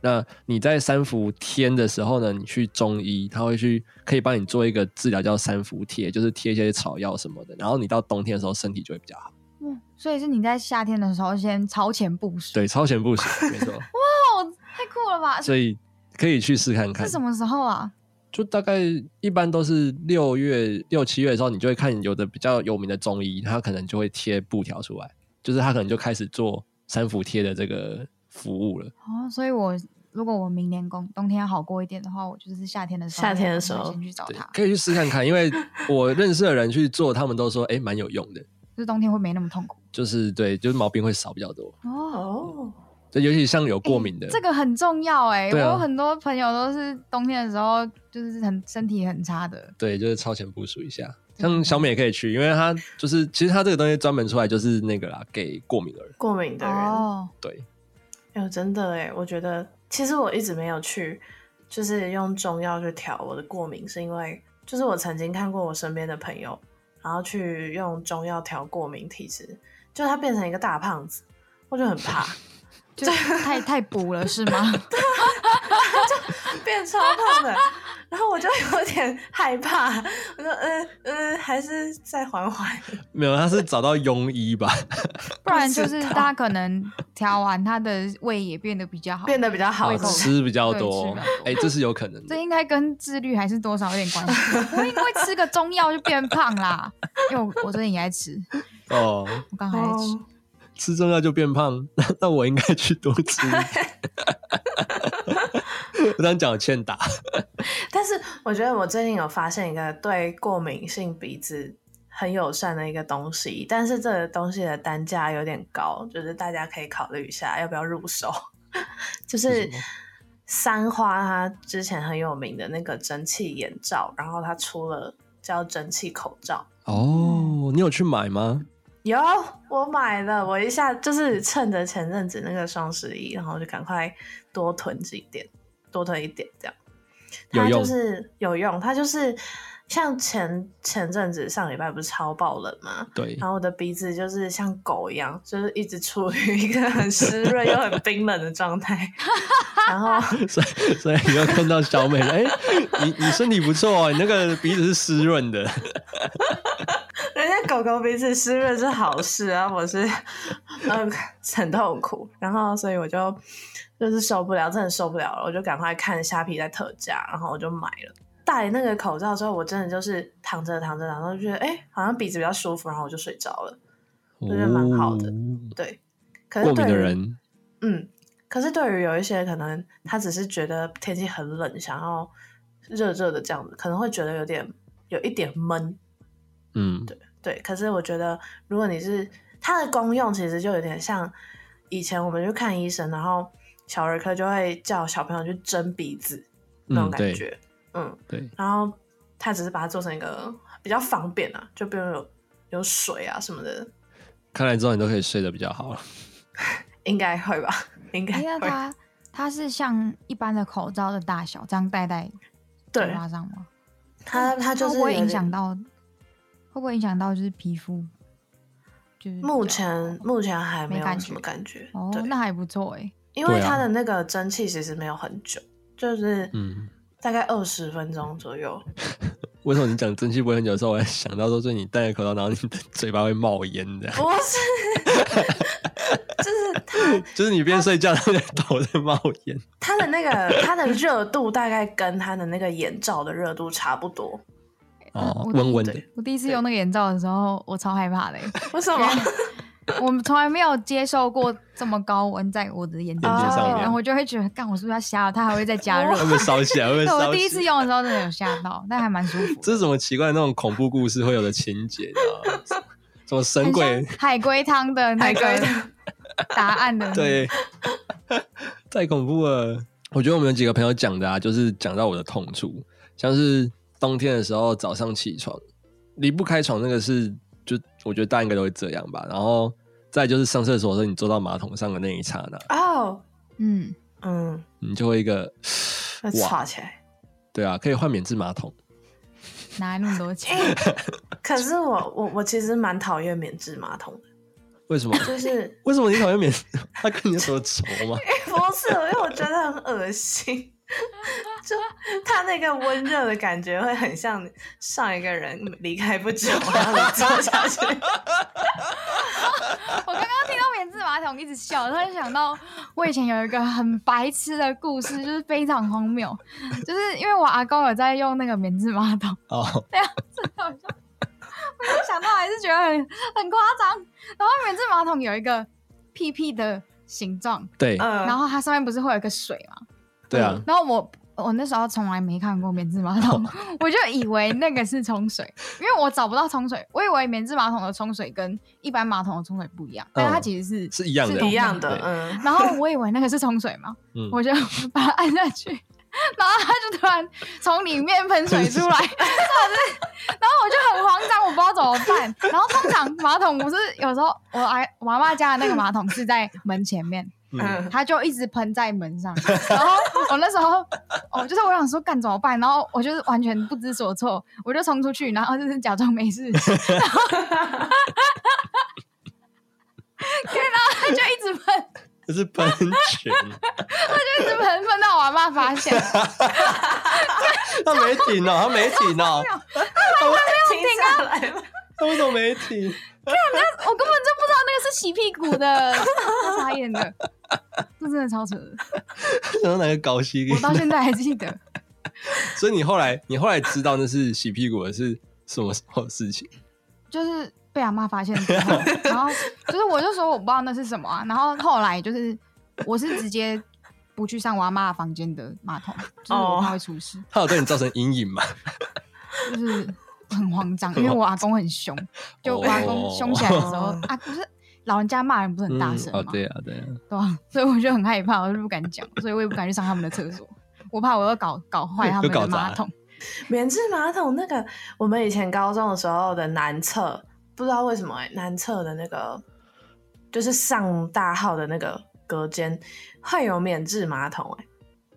Speaker 2: 那你在三伏天的时候呢，你去中医，他会去可以帮你做一个治疗叫三伏贴，就是贴一些草药什么的。然后你到冬天的时候，身体就会比 较好。
Speaker 3: 嗯，所以是你在夏天的时候先超前部署，
Speaker 2: 对，超前部署，没错。
Speaker 3: 哦，太酷了吧！
Speaker 2: 所以可以去试看看。
Speaker 3: 是什么时候啊？
Speaker 2: 就大概一般都是六月六七月的时候，你就会看有的比较有名的中医，他可能就会贴布条出来，就是他可能就开始做三伏贴的这个服务了。
Speaker 3: 哦，所以我如果我明年冬冬天好过一点的话，我就是夏天的时候，
Speaker 1: 夏天的时候
Speaker 3: 先去找
Speaker 2: 对
Speaker 3: 它，，
Speaker 2: 可以去试看看，因为我认识的人去做，他们都说哎，诶蛮有用的，
Speaker 3: 就是冬天会没那么痛苦
Speaker 2: 就是对，就是毛病会少比较多。
Speaker 3: 哦。
Speaker 1: 哦，
Speaker 2: 对，尤其像有过敏的，
Speaker 3: 这个很重要哎、我
Speaker 2: 对啊
Speaker 3: 有很多朋友都是冬天的时候就是很身体很差的，
Speaker 2: 对，就是超前部署一下。
Speaker 3: 对
Speaker 2: 像小美也可以去，因为她就是其实她这个东西专门出来就是那个啦，给过敏的人。
Speaker 1: 过敏的人，
Speaker 3: 哦，
Speaker 2: 对，
Speaker 1: 哎、呦，真的哎，我觉得其实我一直没有去，就是用中药去调我的过敏，是因为就是我曾经看过我身边的朋友，然后去用中药调过敏体质，就他变成一个大胖子，我就很怕，
Speaker 3: 就太太补了是吗？
Speaker 1: 变超胖的，然后我就有点害怕，我说嗯嗯，还是再缓缓。
Speaker 2: 没有，她是找到庸医吧？
Speaker 3: 不然就是
Speaker 1: 知道
Speaker 3: 他可能调完他的胃也变得比较好，
Speaker 1: 变得比较好
Speaker 3: 胃
Speaker 1: 是不
Speaker 3: 口
Speaker 1: 是
Speaker 2: 吃比较
Speaker 3: 对吃
Speaker 2: 多
Speaker 3: 比较，多
Speaker 2: 哎、这是有可能的
Speaker 3: 这。应该跟自律还是多少有点关系。不会因为吃个中药就变胖啦，因为我我最近也在吃，
Speaker 2: 哦，
Speaker 3: 我刚还在吃。
Speaker 1: 哦
Speaker 2: 吃中药就变胖，那那我应该去多吃一点。我刚讲我欠打，
Speaker 1: 但是我觉得我最近有发现一个对过敏性鼻子很友善的一个东西，但是这个东西的单价有点高，就是大家可以考虑一下要不要入手。 就是是
Speaker 2: 什么
Speaker 1: 三花它之前很有名的那个蒸汽眼罩，然后它出了叫蒸汽口罩。
Speaker 2: 哦，你有去买吗？
Speaker 1: 有，我买了，我一下就是趁着前阵子那个双十一，然后就赶快多囤几点，多囤一点这样。
Speaker 2: 有
Speaker 1: 它就
Speaker 2: 用
Speaker 1: 是有用，它就是像前前阵子上礼拜不是超爆冷吗？
Speaker 2: 对，
Speaker 1: 然后我的鼻子就是像狗一样，就是一直处于一个很湿润又很冰冷的状 态。然后
Speaker 2: 所以所以你又看到小美了，哎、你你身体不错哦，你那个鼻子是湿润 的，
Speaker 1: 人家狗狗鼻子湿润是好事啊，我是 嗯很痛苦，然后所以我就就是受不了，真的受不了了，我就赶快看虾皮在特价，然后我就买了。戴那个口罩之后，我真的就是躺着躺着，然后就觉得哎、诶好像鼻子比较舒服，然后我就睡着了。觉得蛮好的
Speaker 2: 哦
Speaker 1: 对，可
Speaker 2: 过
Speaker 1: 是
Speaker 2: 敏
Speaker 1: 对于
Speaker 2: 的人
Speaker 1: 嗯，可是对于有一些可能他只是觉得天气很冷，想要热热的这样子，可能会觉得有点有一点闷，
Speaker 2: 嗯，
Speaker 1: 对，可是我觉得，如果你是它的功用，其实就有点像以前我们去看医生，然后小儿科就会叫小朋友去蒸鼻子那种
Speaker 2: 嗯
Speaker 1: 感
Speaker 2: 对
Speaker 1: 觉，嗯
Speaker 2: 对，
Speaker 1: 然后他只是把它做成一个比较方便啊，就比如有有水啊什么的，
Speaker 2: 看来之后你都可以睡得比较好了。
Speaker 1: 应该会吧，应该
Speaker 3: 哎呀，
Speaker 1: 会，
Speaker 3: 它它是像一般的口罩的大小，这样戴在嘴
Speaker 1: 对，
Speaker 3: 巴上吗？
Speaker 1: 它它就是
Speaker 3: 会不会
Speaker 1: 有
Speaker 3: 影
Speaker 1: 点
Speaker 3: 响到，会不会影响到就是皮肤？就是
Speaker 1: 目
Speaker 3: 比较
Speaker 1: 前目前还
Speaker 3: 哦没
Speaker 1: 没有
Speaker 3: 感
Speaker 1: 什么
Speaker 3: 觉
Speaker 1: 感觉，
Speaker 3: 哦
Speaker 1: 对，，
Speaker 3: 那还不错哎。
Speaker 1: 因为
Speaker 2: 对啊
Speaker 1: 它的那个蒸汽其实没有很久，就是
Speaker 2: 嗯，
Speaker 1: 大概二十分钟左右。
Speaker 2: 为什么你讲蒸汽不会很久的时候，我还想到说，是你戴着口罩，然后你的嘴巴会冒烟的，
Speaker 1: 不是，就是它
Speaker 2: 就是你边睡觉，那个头在冒烟。
Speaker 1: 它的那个 它的热度大概跟它的那个眼罩的热度差不多。
Speaker 2: 哦，
Speaker 3: 我
Speaker 2: 温温的
Speaker 1: 对，
Speaker 3: 我第一次
Speaker 1: 对
Speaker 3: 用那个眼罩的时候，我超害 怕的欸，
Speaker 1: 为什么？
Speaker 3: 我们从来没有接受过这么高温在我的眼睛
Speaker 1: 眼睛
Speaker 3: 上
Speaker 1: 上
Speaker 3: 面，
Speaker 1: 面
Speaker 3: 然后我就会觉得，干，我是不是要瞎了？它还会再加热
Speaker 2: 会。不会烧起来？会不会
Speaker 3: 对，
Speaker 2: 烧起来？
Speaker 3: 我第一次用的时候真的有吓到，但还蛮舒服的。
Speaker 2: 这是什么奇怪的那种恐怖故事会有的情节，你知道吗？什么神
Speaker 3: 很
Speaker 2: 鬼
Speaker 3: 像？海龟汤的那
Speaker 1: 海
Speaker 3: 个
Speaker 1: 龟汤
Speaker 3: 答案的，，
Speaker 2: 对， 太恐怖了。我觉得我们有几个朋友讲的啊，就是讲到我的痛处，像是冬天的时候早上起床离不开床，那个是就我觉得大家应该都会这样吧。然后再就是上厕所的时候，你坐到马桶上的那一刹那，
Speaker 1: 哦，
Speaker 3: 嗯，
Speaker 1: 嗯，
Speaker 2: 你就会一个
Speaker 1: 会
Speaker 2: 哇，
Speaker 1: 吵起来。
Speaker 2: 对啊，可以换免治马桶。
Speaker 3: 哪来那么多钱？
Speaker 1: 可是我我我其实蛮讨厌免治马桶的，
Speaker 2: 为什么？
Speaker 1: 就是
Speaker 2: 为什么你讨厌免？它跟你有什么仇 吗？
Speaker 1: 不是，因为我觉得很恶心。 就它那个温热的感觉，会很像上一个人离开不久，然后你坐下去，
Speaker 3: 我刚刚听到免治马桶一直笑，突然想到我以前有一个很白痴的故事，就是非常荒谬，就是因为我阿公有在用那个免治马桶，
Speaker 2: 哦，
Speaker 3: 好笑我现在想到还是觉得很很夸张。然后免治马桶有一个屁屁的形状，
Speaker 2: 对，
Speaker 1: 嗯，
Speaker 3: 然后它上面不是会有一个水嘛？
Speaker 2: 对啊，
Speaker 3: 然后我我那时候从来没看过免治马桶， 我就以为那个是冲水，因为我找不到冲水，我以为免治马桶的冲水跟一般马桶的冲水不一样，但它其实是、
Speaker 2: 是一样的
Speaker 3: 同
Speaker 1: 一样的
Speaker 2: 对，
Speaker 1: 嗯，
Speaker 3: 然后我以为那个是冲水嘛，
Speaker 2: 嗯
Speaker 3: 我就把它按下去，然后它就突然从里面喷水出来，然后我就很慌张，我不知道怎么办。然后通常马桶我是有时候我阿我阿妈家的那个马桶是在门前面，
Speaker 2: 嗯，
Speaker 3: 它就一直喷在门上。然后我那时候哦，就是我想说干怎么办，然后我就是完全不知所措，我就冲出去，然后就是假装没事，然后对，然后它就一直喷。
Speaker 2: 这是喷泉，
Speaker 3: 一直喷喷到我阿妈发现了，
Speaker 2: 他没停哦，他没停哦，
Speaker 1: 停下来了，
Speaker 2: 他为什么没停？
Speaker 3: 我根本就不知道那个是洗屁股的，我傻眼了，这真的超扯的，
Speaker 2: 想到哪个搞西给
Speaker 3: 我到现在还记得。
Speaker 2: 所以你后来，你后来知道那是洗屁股的是什么什么事情？
Speaker 3: 就是被阿妈发现 之后，然后就是我就说我不知道那是什么啊，然后后来就是我是直接不去上我阿妈房间的马桶，就是
Speaker 1: 哦
Speaker 3: 我怕会出事，
Speaker 2: 它有对你造成阴影吗？
Speaker 3: 就是很慌张，因为我阿公很凶，就我阿公凶起来的时候
Speaker 1: 哦
Speaker 3: 啊，不是老人家骂人不是很大声
Speaker 2: 哦，
Speaker 3: 吗？
Speaker 2: 对啊，对啊，
Speaker 3: 对啊，所以我就很害怕，我就不敢讲，所以我也不敢去上他们的厕所，我怕我要搞搞坏他们
Speaker 2: 又搞
Speaker 3: 的
Speaker 2: 砸
Speaker 3: 马桶。
Speaker 1: 免治马桶那个，我们以前高中的时候的男厕，不知道为什么、欸、男厕的那个就是上大号的那个隔间会有免治马桶、欸，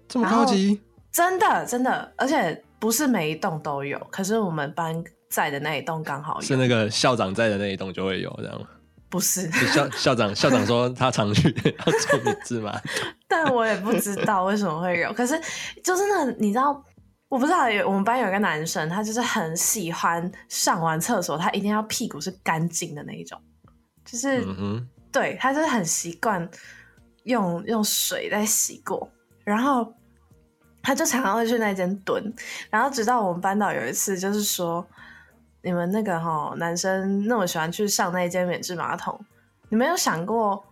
Speaker 2: 这么高级，
Speaker 1: 真的真的，而且不是每一栋都有，可是我们班在的那一栋刚好
Speaker 2: 是
Speaker 1: 有，
Speaker 2: 那个校长在的那一栋就会有这样。
Speaker 1: 不是，
Speaker 2: 就校校长校长说他常去 要做笔字嘛，
Speaker 1: 但我也不知道为什么会有，可是就是那你知道。我不知道，有我们班有一个男生，他就是很喜欢上完厕所，他一定要屁股是干净的那一种，就是
Speaker 2: 嗯哼，
Speaker 1: 对他就是很习惯用用水在洗过，然后他就常常会去那间蹲，然后直到我们班导有一次就是说，你们那个哈、男生那么喜欢去上那一间免治马桶，你没有想过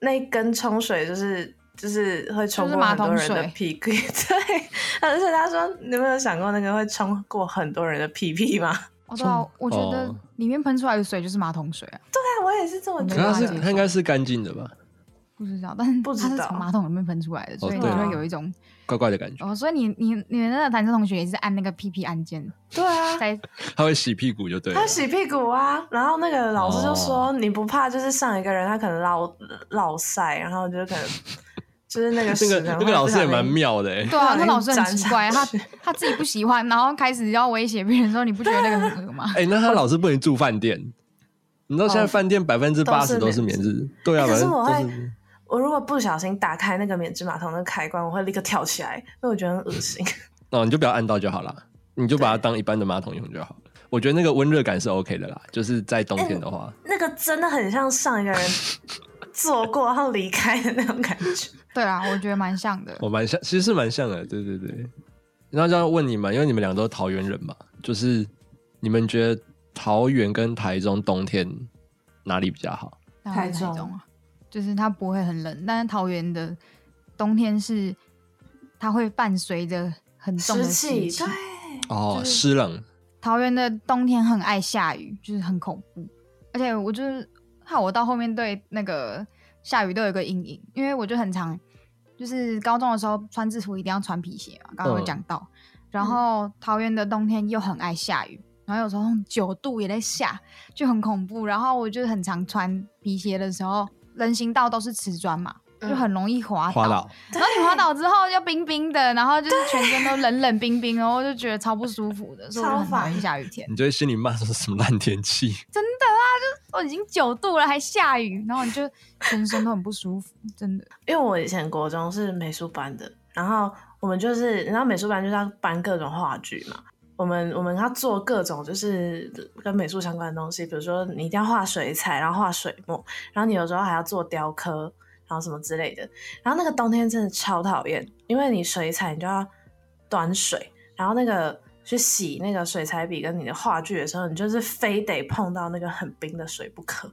Speaker 1: 那一根冲水就是。就是会冲
Speaker 3: 就是
Speaker 1: 过
Speaker 3: 马
Speaker 1: 很多
Speaker 3: 桶
Speaker 1: 人的
Speaker 3: 水
Speaker 1: 屁股， 对，而且他说，你有没有想过那个会冲过很多人的屁屁吗？
Speaker 3: 我知道，啊我觉得
Speaker 2: 哦
Speaker 3: 里面喷出来的水就是马桶水啊，
Speaker 1: 对，我也是这么
Speaker 2: 可
Speaker 1: 觉
Speaker 2: 是他
Speaker 1: 得。
Speaker 2: 是
Speaker 3: 没办法接受
Speaker 2: 他应该是干净的吧，
Speaker 3: 不知道，但是
Speaker 1: 不知
Speaker 3: 它是
Speaker 1: 道
Speaker 3: 从马桶里面喷出来的，所
Speaker 2: 哦
Speaker 3: 以你
Speaker 2: 对
Speaker 3: 就
Speaker 2: 啊
Speaker 3: 会有一种
Speaker 2: 怪怪的感觉，
Speaker 3: 哦，所以你你你的那个男生同学也是按那个 PP 按键
Speaker 1: 对啊，
Speaker 3: 在
Speaker 2: 他会洗屁股就对了哦
Speaker 1: 他。洗屁股啊，然后那个老师就说：“你不怕就是上一个人他可能落落晒，然后就可能 就是那个
Speaker 2: 那
Speaker 1: 屎
Speaker 2: 个
Speaker 1: 可能
Speaker 2: 那
Speaker 1: 会
Speaker 2: 个老师也
Speaker 1: 不小心
Speaker 2: 蛮妙的欸，
Speaker 3: 对啊，
Speaker 1: 不小心
Speaker 3: 那老师很奇怪，
Speaker 1: 粘
Speaker 3: 他
Speaker 1: 上去
Speaker 3: 他自己不喜欢，然后开始要威胁别人说你不觉得那个很恶吗？
Speaker 2: 哎，那他老师不能住饭店，你知道现在饭店百分之八十
Speaker 1: 哦
Speaker 2: 都
Speaker 1: 都
Speaker 2: 是
Speaker 1: 是
Speaker 2: 免
Speaker 1: 免
Speaker 2: 治，对啊，
Speaker 1: 哎可
Speaker 2: 反
Speaker 1: 是
Speaker 2: 正
Speaker 1: 我
Speaker 2: 都
Speaker 1: 会
Speaker 2: 是。
Speaker 1: 我如果不小心打开那个免治马桶的开关，我会立刻跳起来，因为我觉得很恶心。
Speaker 2: 哦，你就不要按到就好啦，你就把它当一般的马桶用就好了。我觉得那个温热感是 OK 的啦，就是在冬天的话，
Speaker 1: 那个真的很像上一个人坐过然后离开的那种感觉。
Speaker 3: 对啊，我觉得蛮像
Speaker 1: 哦
Speaker 3: 的。
Speaker 2: 我蛮像，其实是蛮像的，对对对。然后就要问你们，因为你们俩都是桃园人嘛，就是你们觉得桃园跟台中冬天哪里比较好？
Speaker 3: 当然
Speaker 1: 台
Speaker 3: 是台
Speaker 1: 中
Speaker 3: 中啊，就是它不会很冷，但是桃园的冬天是它会伴随着很重的
Speaker 1: 湿
Speaker 3: 湿
Speaker 1: 气，
Speaker 3: 气
Speaker 1: 对，
Speaker 2: 哦，
Speaker 3: 就是
Speaker 2: 湿冷，
Speaker 3: 桃园的冬天很爱下雨，就是很恐怖。而且我就是害我到后面对那个下雨都有一个阴影，因为我就很常就是高中的时候穿制服一定要穿皮鞋嘛，刚刚有讲到。然后桃园的冬天又很爱下雨，然后有时候九度也在下，就很恐怖。然后我就很常穿皮鞋的时候，人行道都是瓷砖嘛，就很容易滑倒。
Speaker 2: 花岛
Speaker 3: 然后你滑倒之后又冰冰的，然后就是全身都冷冷冰冰，然后就觉得超不舒服的，所以我就很讨厌下雨天。
Speaker 2: 你就会心里骂说什么烂天气，
Speaker 3: 都已经九度了还下雨，然后你就全身都很不舒服，真的。
Speaker 1: 因为我以前国中是美术班的，然后我们就是，然后美术班就是要搬各种话剧嘛，我们我们要做各种就是跟美术相关的东西，比如说你一定要画水彩，然后画水墨，然后你有时候还要做雕刻，然后什么之类的。然后那个冬天真的超讨厌，因为你水彩你就要端水，然后那个去洗那个水彩笔跟你的画具的时候，你就是非得碰到那个很冰的水不可。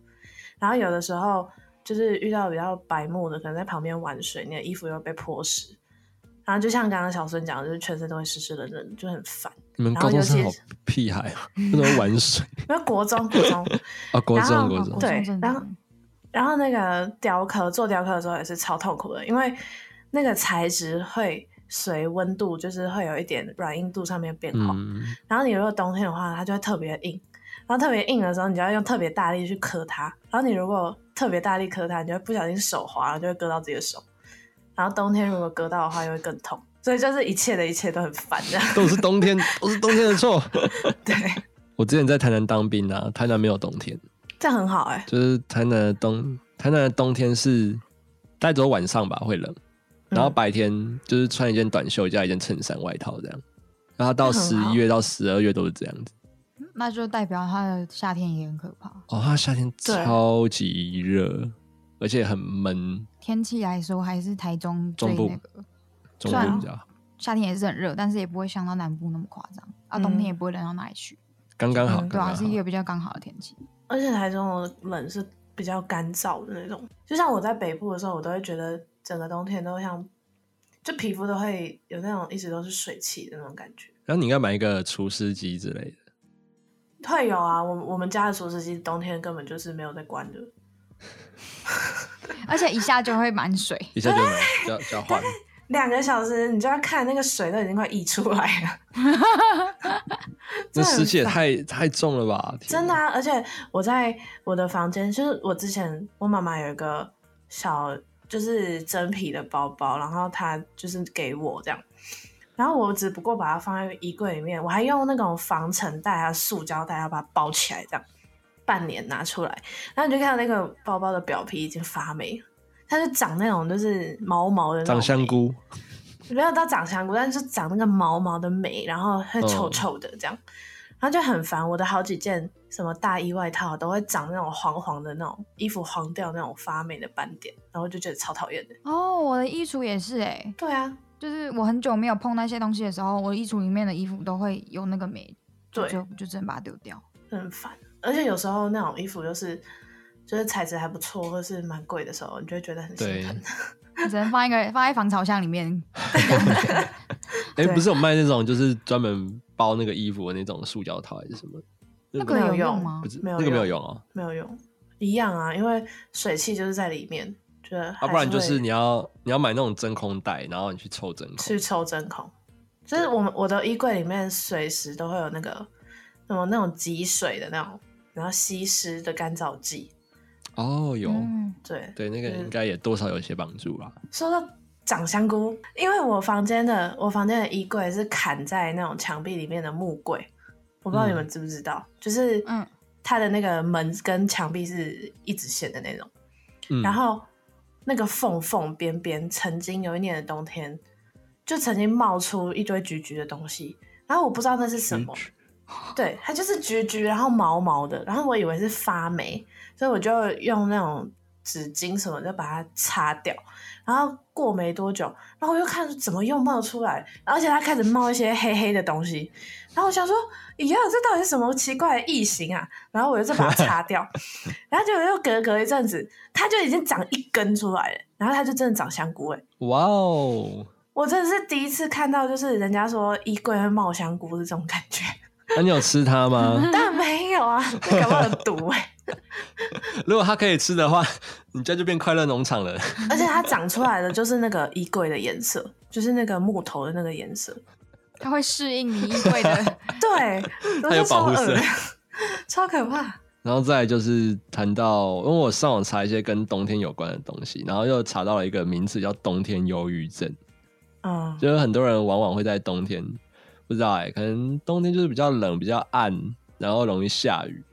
Speaker 1: 然后有的时候就是遇到比较白目的，可能在旁边玩水，你的衣服又被泼湿，然后就像刚刚小孙讲的，就是全身都会湿湿冷冷，就很烦。
Speaker 2: 你们
Speaker 1: 然
Speaker 2: 高
Speaker 1: 后
Speaker 2: 中
Speaker 1: 尤
Speaker 2: 生
Speaker 1: 其
Speaker 2: 好
Speaker 1: 是
Speaker 2: 屁孩啊，不能玩水
Speaker 1: 因为国中，国中，
Speaker 2: 啊！国
Speaker 1: 然
Speaker 2: 中
Speaker 1: 后
Speaker 2: 国
Speaker 1: 国
Speaker 2: 中，
Speaker 1: 对
Speaker 3: 真的嗯
Speaker 1: 然后然后那个雕刻做雕刻的时候也是超痛苦的，因为那个材质会随温度，就是会有一点软硬度上面变化。
Speaker 2: 嗯，
Speaker 1: 然后你如果冬天的话，它就会特别硬，然后特别硬的时候，你就要用特别大力去磕它。然后你如果特别大力磕它，你就会不小心手滑，然后就会割到自己的手。然后冬天如果割到的话，又会更痛。所以就是一切的一切都很烦的。
Speaker 2: 都是冬天，都是冬天的错。
Speaker 1: 对，
Speaker 2: 我之前在台南当兵啊，台南没有冬天，
Speaker 1: 这样很好哎、
Speaker 2: 就是台南的冬，台南的冬天是大概只有晚上吧会冷，
Speaker 1: 嗯
Speaker 2: 然后白天就是穿一件短袖加一件衬衫外套这样，然后到
Speaker 1: 那
Speaker 2: 十
Speaker 1: 很好
Speaker 2: 一月到十二月都是这样子。
Speaker 3: 那就代表它的夏天也很可怕。
Speaker 2: 哦，它夏天
Speaker 1: 对
Speaker 2: 超级热，而且很闷，
Speaker 3: 天气来说，还是台中最
Speaker 2: 中部
Speaker 3: 那个
Speaker 2: 中
Speaker 3: 对
Speaker 2: 部
Speaker 3: 啊
Speaker 2: 比较好
Speaker 3: 夏天也是很热，但是也不会像到南部那么夸张啊，
Speaker 1: 嗯
Speaker 3: 冬天也不会冷到哪里去，
Speaker 2: 刚刚好，
Speaker 1: 嗯
Speaker 3: 对
Speaker 2: 刚
Speaker 3: 啊，
Speaker 2: 刚好
Speaker 3: 是一个比较刚好的天气。
Speaker 1: 而且台中的冷是比较干燥的那种，就像我在北部的时候，我都会觉得整个冬天都像，就皮肤都会有那种一直都是水汽的那种感觉。
Speaker 2: 然后你应该买一个除湿机之类的。
Speaker 1: 会有啊，我我们家的除湿机冬天根本就是没有在关的，
Speaker 3: 而且一下就会满水，
Speaker 2: 一下就没了就要就要 换，
Speaker 1: 两个小时你就要看那个水都已经快溢出来了。真的
Speaker 2: 那
Speaker 1: 很
Speaker 2: 湿气也
Speaker 1: 烦
Speaker 2: 太太重了吧？天
Speaker 1: 真的
Speaker 2: 哪，
Speaker 1: 啊！而且我在我的房间，就是我之前我妈妈有一个小就是真皮的包包，然后她就是给我这样，然后我只不过把它放在衣柜里面，我还用那种防尘带啊、塑胶带，要把它包起来，这样半年拿出来，然后你就看到那个包包的表皮已经发霉了，它就长那种就是毛毛的那种
Speaker 2: 长香
Speaker 1: 霉
Speaker 2: 菇，
Speaker 1: 没有到长香菇，但是就长那个毛毛的霉，然后
Speaker 2: 嗯
Speaker 1: 会臭臭的这样，然后就很烦。我的好几件什么大衣外套啊都会长那种黄黄的那种衣服黄掉那种发霉的斑点，然后就觉得超讨厌的。
Speaker 3: 哦，我的衣橱也是哎、
Speaker 1: 对啊，
Speaker 3: 就是我很久没有碰那些东西的时候，我衣橱里面的衣服都会有那个霉，
Speaker 1: 对，
Speaker 3: 就就只能把它丢掉。
Speaker 1: 很烦。而且有时候那种衣服就是就是材质还不错，或是蛮贵的时候，你就会觉得很心
Speaker 2: 对，
Speaker 1: 疼。
Speaker 3: 你只能放一个放在防潮箱 里面，
Speaker 2: 哎，
Speaker 1: 对
Speaker 2: 不是有卖那种就是专门包那个衣服的那种塑胶套还是什么？
Speaker 3: 那
Speaker 2: 个
Speaker 3: 个有用吗
Speaker 2: 不？是
Speaker 1: 没有
Speaker 2: 那个没有
Speaker 1: 用
Speaker 2: 用哦，
Speaker 1: 没有用，一样啊，因为水汽就是在里面，觉得
Speaker 2: 啊，不然就是
Speaker 1: 会
Speaker 2: 你要你要买那种真空袋，然后你去抽真空
Speaker 1: 去，抽真空，就是我们我的衣柜里面随时都会有那个什么那种挤水的那种，然后吸湿的干燥剂。
Speaker 2: 哦，有，
Speaker 3: 嗯，
Speaker 1: 对，
Speaker 2: 对，那个
Speaker 1: 嗯
Speaker 2: 应该也多少有些帮助啦。
Speaker 1: 说到长香菇，因为我房间的我房间的衣柜是砍在那种墙壁里面的木柜，我不知道
Speaker 2: 嗯
Speaker 1: 你们知不知道，就是
Speaker 3: 嗯
Speaker 1: 它的那个门跟墙壁是一直线的那种。
Speaker 2: 嗯，
Speaker 1: 然后那个缝缝边边，曾经有一年的冬天，就曾经冒出一堆橘橘的东西，然后我不知道那是什么
Speaker 2: 橘，
Speaker 1: 对，它就是橘橘，然后毛毛的，然后我以为是发霉，所以我就用那种纸巾什么就把它擦掉，然后过没多久，然后我又看怎么又冒出来，而且它开始冒一些黑黑的东西，然后我想说，咦呀，这到底是什么奇怪的异形啊？然后我就再把它擦掉，然后结果又隔隔一阵子，它就已经长一根出来了，然后它就真的长香菇哎、
Speaker 2: 哇哦，
Speaker 1: 我真的是第一次看到，就是人家说衣柜会冒香菇是这种感觉，
Speaker 2: 那你有吃它吗？
Speaker 1: 但没有 啊，那搞不好有毒哎、
Speaker 2: 如果它可以吃的话， 你家就变快乐农场了。
Speaker 1: 而且它长出来的就是那个衣柜的颜色，就是那个木头的那个颜色，
Speaker 3: 它会适应你衣 柜的
Speaker 1: 对，我
Speaker 2: 它有
Speaker 1: 就
Speaker 2: 保
Speaker 1: 超
Speaker 2: 护
Speaker 1: 恶
Speaker 2: 色
Speaker 1: 的， 超可怕。
Speaker 2: 然后再来就是谈到，因为我上网查一些跟冬天有关的东西，然后又查到了一个名词叫冬天忧郁症，
Speaker 1: 嗯，
Speaker 2: 就是很多人往往会在冬天，不知道哎、可能冬天就是比较冷、比较暗，然后容易下雨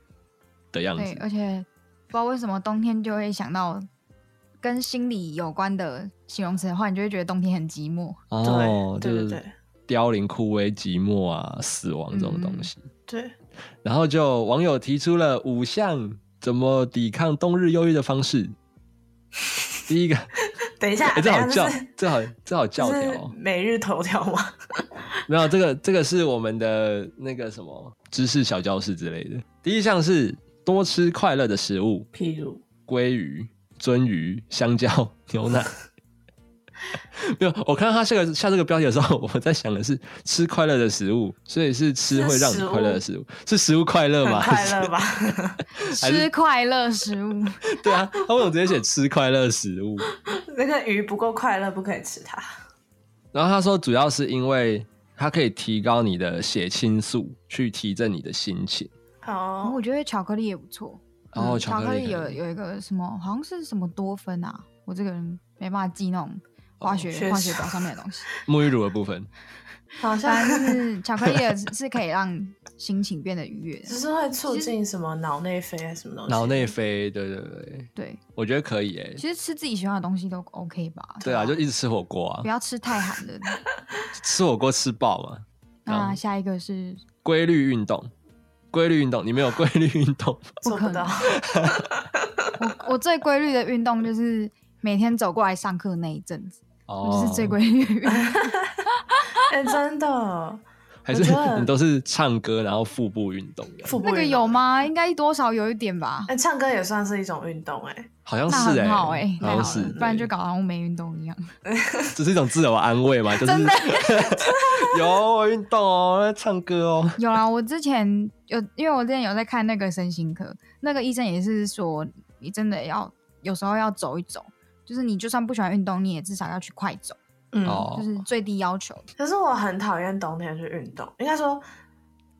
Speaker 2: 的样
Speaker 3: 对，
Speaker 2: 子。
Speaker 3: 而且不知道为什么冬天就会想到跟心理有关的形容词的话，你就会觉得冬天很寂寞。
Speaker 2: 哦，
Speaker 1: 对
Speaker 2: 就
Speaker 1: 对对
Speaker 2: 是
Speaker 1: 对
Speaker 2: 凋零、枯萎、寂寞啊、死亡这种东西。
Speaker 1: 对，
Speaker 2: 然后就网友提出了五项怎么抵抗冬日忧郁的 方式。第一个，
Speaker 1: 等一下，
Speaker 2: 哎、这
Speaker 1: 等一
Speaker 2: 好
Speaker 1: 下
Speaker 2: 教
Speaker 1: 是，
Speaker 2: 这好这好教
Speaker 1: 就
Speaker 2: 条
Speaker 1: 是
Speaker 2: 哦、
Speaker 1: 每日头条吗？
Speaker 2: 没有，这个这个是我们的那个什么知识小教室之类的。第一项是多吃快乐的食物，
Speaker 1: 譬如，
Speaker 2: 鲑鱼、鳟鱼、香蕉、牛奶。 没有，我看到他下个下这个标题的时候，我在想的是吃快乐的食物，所以是吃会让你快乐的食物，是食物快乐
Speaker 1: 很
Speaker 2: 吗？
Speaker 1: 快乐吧？
Speaker 2: 还是
Speaker 3: 吃快乐食
Speaker 1: 哦
Speaker 3: 物，
Speaker 2: 对啊，他为什么直接写吃快乐食物？
Speaker 1: 那个鱼不够快乐，不可以吃它。
Speaker 2: 然后他说，主要是因为它可以提高你的血清素，去提振你的心情。
Speaker 3: 然后
Speaker 1: 哦
Speaker 3: 我，觉得巧克力也不错。
Speaker 2: 然后
Speaker 3: 嗯巧
Speaker 2: 哦克力可
Speaker 3: 有
Speaker 2: 能
Speaker 3: 有一个什么，好像是什么多酚啊，我这个人没办法记那种化学、
Speaker 1: 哦确
Speaker 3: 化学
Speaker 1: 实
Speaker 3: 表上面的东西。
Speaker 2: 沐浴乳的部分，
Speaker 1: 好像
Speaker 3: 但是巧克力也是是可以让心情变得愉悦
Speaker 1: 只
Speaker 3: 的，
Speaker 1: 是会促进什么脑内啡还是什么东西？
Speaker 2: 脑内啡，对对对，
Speaker 3: 对。
Speaker 2: 我觉得可以诶、
Speaker 3: 其实吃自己喜欢的东西都 OK 吧？
Speaker 2: 对啊，就一直吃火锅啊
Speaker 3: 不，要吃太 寒的。
Speaker 2: 吃火锅吃爆嘛。然
Speaker 3: 那
Speaker 2: 后
Speaker 3: 下一个是
Speaker 2: 规律运动，规律运动，你们有规律运动吗？
Speaker 1: 做不到，
Speaker 3: 我我最规律的运动就是每天走过来上课那一阵子，我
Speaker 2: 哦，
Speaker 3: 就是最规律的 运动。
Speaker 1: 哎、真的
Speaker 2: 哦还是
Speaker 1: 我觉得
Speaker 2: 你都是唱歌然后腹部运动的，
Speaker 1: 腹部
Speaker 3: 那个
Speaker 1: 运
Speaker 3: 有
Speaker 1: 动？
Speaker 3: 吗？应该多少有一点吧。
Speaker 1: 哎、唱歌也算是一种运动哎、
Speaker 2: 好像
Speaker 3: 那
Speaker 2: 是
Speaker 3: 很
Speaker 2: 诶，
Speaker 3: 好哎，太
Speaker 2: 好
Speaker 3: 好
Speaker 2: 像是
Speaker 3: 了，，不然就
Speaker 2: 对
Speaker 3: 搞得好像没运动一样。
Speaker 2: 只是一种自我安慰 嘛，就是 有我运动哦，唱歌哦，
Speaker 3: 有啦，我之前有，因为我之前有在看那个身心科，那个医生也是说，你真的要有时候要走一走，就是你就算不喜欢运动，你也至少要去快走，
Speaker 1: 嗯，
Speaker 2: 哦
Speaker 3: 就是最低要求。
Speaker 1: 可是我很讨厌冬天去运动，应该说，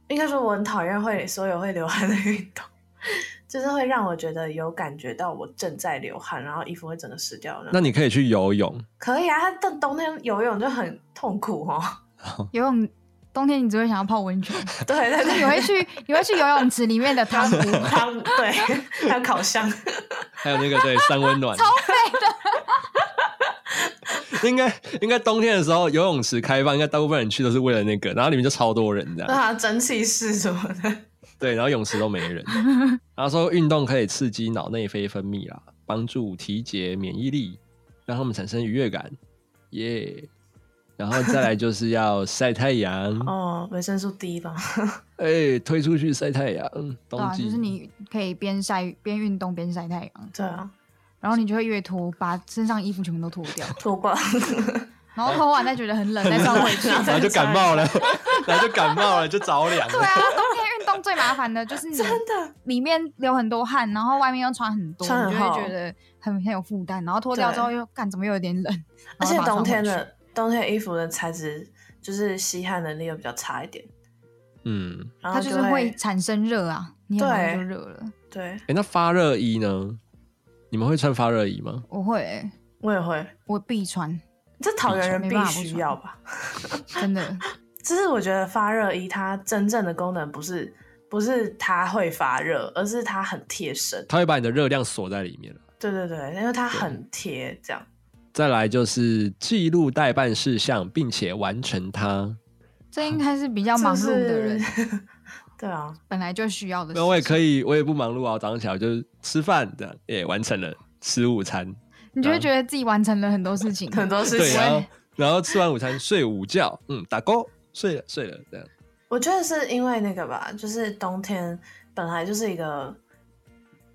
Speaker 1: 应该说我很讨厌会所有会流汗的运动， 就是会让我觉得有感觉到我正在流汗，然后衣服会整个湿掉那
Speaker 2: 那你可以去游泳，
Speaker 1: 可以啊，它但冬天游泳就很痛苦 哦。
Speaker 3: 游泳冬天你只会想要泡温泉，
Speaker 1: 对对
Speaker 3: 你
Speaker 1: 对，
Speaker 3: 会去你会去游泳池里面的 汤屋，
Speaker 1: 汤 对，还有烤箱，
Speaker 2: 还有那个对三温暖，超美 的。应该应该冬天的时候游泳池开放，应该大部分人去都是为了那个，然后里面就超多人
Speaker 3: 嗯
Speaker 2: 这样。
Speaker 1: 啊，蒸汽室什么的。，
Speaker 2: 对，然后泳池都没人。然后说运动可以刺激脑内啡分泌啦，帮助提节免疫力，让他们产生愉悦感，耶、然后再来就是要晒太阳
Speaker 1: 哦，维生素 D 吧，
Speaker 2: 哎、推出去晒太阳，
Speaker 3: 对
Speaker 2: 冬
Speaker 3: 啊，
Speaker 2: 季、
Speaker 3: 就是你可以边晒边运动边晒太阳，
Speaker 1: 对啊，
Speaker 3: 然后你就会越脱，把身上衣服全部都脱掉，
Speaker 1: 脱 光。
Speaker 3: 然后脱完再觉得很冷，再穿回去。
Speaker 2: 然后就感冒 了，然后就感冒了，就着凉
Speaker 3: 对
Speaker 2: 了。
Speaker 3: 啊，冬天运动最麻烦的就是你
Speaker 1: 真的
Speaker 3: 里面流很多汗，然后外面又穿很多，
Speaker 1: 穿
Speaker 3: 你
Speaker 1: 很
Speaker 3: 就
Speaker 1: 厚
Speaker 3: 会觉得很很有负担。然后脱掉之后又干，怎么又有点冷？
Speaker 1: 而且
Speaker 3: 然后
Speaker 1: 冬
Speaker 3: 把它
Speaker 1: 天
Speaker 3: 穿回去，
Speaker 1: 的冬天衣服的材质就是吸汗能力又比较差一点，
Speaker 2: 嗯，
Speaker 1: 然后
Speaker 3: 它就是会
Speaker 1: 会
Speaker 3: 产生热啊，你很容易
Speaker 1: 对
Speaker 3: 就热了。
Speaker 1: 对，
Speaker 2: 哎、那发热衣呢？你们会穿发热衣吗？
Speaker 3: 我会欸、
Speaker 1: 我也会。
Speaker 3: 我必穿，
Speaker 1: 这桃园人
Speaker 3: 没
Speaker 1: 必
Speaker 3: 办法不
Speaker 1: 须
Speaker 3: 穿
Speaker 1: 要吧？
Speaker 3: 真的。
Speaker 1: 就是我觉得发热衣它真正的功能不是不是它会发热，而是它很贴身。
Speaker 2: 它会把你的热量锁在里面了。
Speaker 1: 对对对，因为它很贴，这样
Speaker 2: 再来就是记录代办事项，并且完成它。
Speaker 3: 这应该是比较忙碌的人
Speaker 1: 就是 对啊，
Speaker 3: 本来就需要的事情。
Speaker 2: 那我也可以，我也不忙碌啊，我早上起来我就是吃饭这样，也完成了吃午餐，
Speaker 3: 你就会觉得自己完成了很多事情，
Speaker 1: 很多事
Speaker 2: 对，啊
Speaker 1: 情。
Speaker 2: 然后然后吃完午餐睡午觉，嗯，打勾睡了睡了这样，
Speaker 1: 我觉得是因为那个吧，就是冬天本来就是一个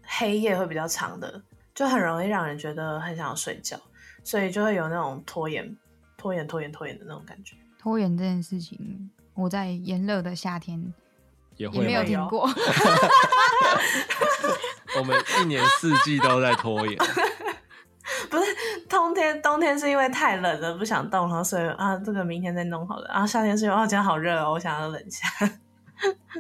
Speaker 1: 黑夜会比较长的，就很容易让人觉得很想睡觉，所以就会有那种拖延、拖延、拖延、拖延的那种感觉。
Speaker 3: 拖延这件事情，我在炎热的夏天
Speaker 2: 也
Speaker 3: 也
Speaker 2: 会
Speaker 3: 没有
Speaker 2: 吗
Speaker 3: 停 过。
Speaker 2: 我们一年四季都在拖延，
Speaker 1: 不是冬天，冬天是因为太冷了不想动，然后所以啊，这个明天再弄好了。然后夏天是因为啊，今天好热哦，我想要冷 一下。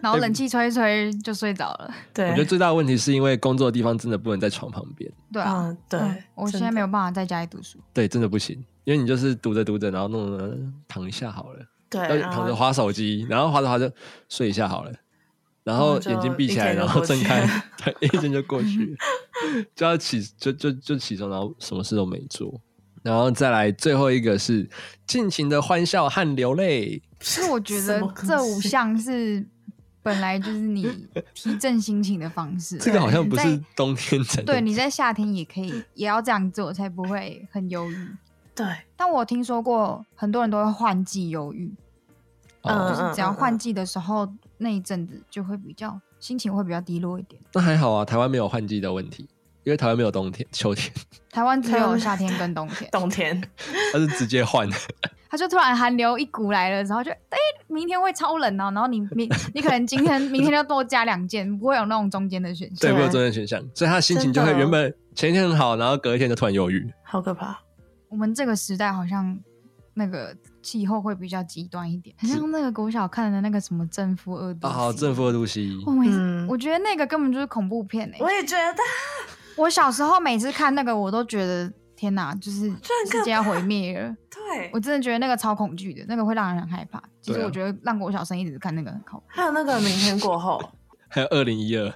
Speaker 3: 然后冷气吹一吹就睡着了。
Speaker 1: 对，
Speaker 2: 我觉得最大的问题是因为工作的地方真的不能在床旁边，
Speaker 3: 对啊，
Speaker 1: 嗯，对，
Speaker 3: 嗯我现在没
Speaker 1: 有
Speaker 3: 有办法在家里读书，
Speaker 2: 对，真的不行，因为你就是读着读着，然后弄着躺一下好了，
Speaker 1: 对，
Speaker 2: 然
Speaker 1: 然
Speaker 2: 后躺着
Speaker 1: 后
Speaker 2: 划手机，然后划着划着睡一下好了，然
Speaker 1: 然后
Speaker 2: 后
Speaker 1: 哦就
Speaker 2: 眼睛闭起来，
Speaker 1: 一天就
Speaker 2: 然后
Speaker 1: 过
Speaker 2: 睁
Speaker 1: 去
Speaker 2: 开
Speaker 1: 了，
Speaker 2: 对，一天就过去了，就要起就就就起床，然后什么事都没做，然后再来最后一个是尽情的欢笑和流泪，
Speaker 3: 所以我觉
Speaker 1: 什
Speaker 3: 得
Speaker 1: 么东西
Speaker 3: 这五项是本来就是 你提振心情的方式。
Speaker 2: 这个好像不
Speaker 3: 你
Speaker 2: 是
Speaker 3: 在
Speaker 2: 冬天才能
Speaker 3: 对，你在夏天也可
Speaker 1: 嗯
Speaker 3: 以，也要这样做，才不会很忧郁。
Speaker 1: 对，
Speaker 3: 但我听说过很多人都会换季忧郁，
Speaker 2: 哦
Speaker 1: 嗯
Speaker 3: 就是只要换季的时候，那一阵子就会比较心情会比较低落一点。
Speaker 2: 那还好啊，台湾没有换季的问题，因为台湾没有冬天、秋天，
Speaker 3: 台湾只
Speaker 1: 台
Speaker 3: 有
Speaker 1: 湾，
Speaker 3: 夏天跟冬天
Speaker 1: 冬天，
Speaker 2: 它是直 接换的。
Speaker 3: 它就突然寒流一股来了，然后就哎、明天会超冷哦，然后你明你可能今天明天就多加两件，不会有那种中间的选项。
Speaker 2: 对，
Speaker 1: 对
Speaker 2: 没有中间选项，所以他的心情就会
Speaker 1: 真的哦
Speaker 2: 原本前一天很好，然后隔一天就突然忧 郁。
Speaker 1: 好可怕。
Speaker 3: 我们这个时代好像那个气候会比较极端一点，好像那个国小看的那个什么正负二度 C
Speaker 2: 啊，好，正负的东西，
Speaker 3: 我每次、
Speaker 1: 嗯
Speaker 3: 我觉得那个根本就是恐怖片哎、
Speaker 1: 我也觉得，
Speaker 3: 我小时候每次看那个，我都觉得天哪，就是
Speaker 1: 很可
Speaker 3: 世界要毁灭了。
Speaker 1: 对
Speaker 3: 我，真的觉得那个超恐惧的，那个会让人很害怕。其实
Speaker 2: 对啊
Speaker 3: 我觉得让国小生一直看那个很恐怖。
Speaker 1: 还有那个明天过 后，
Speaker 2: 还有二零一二，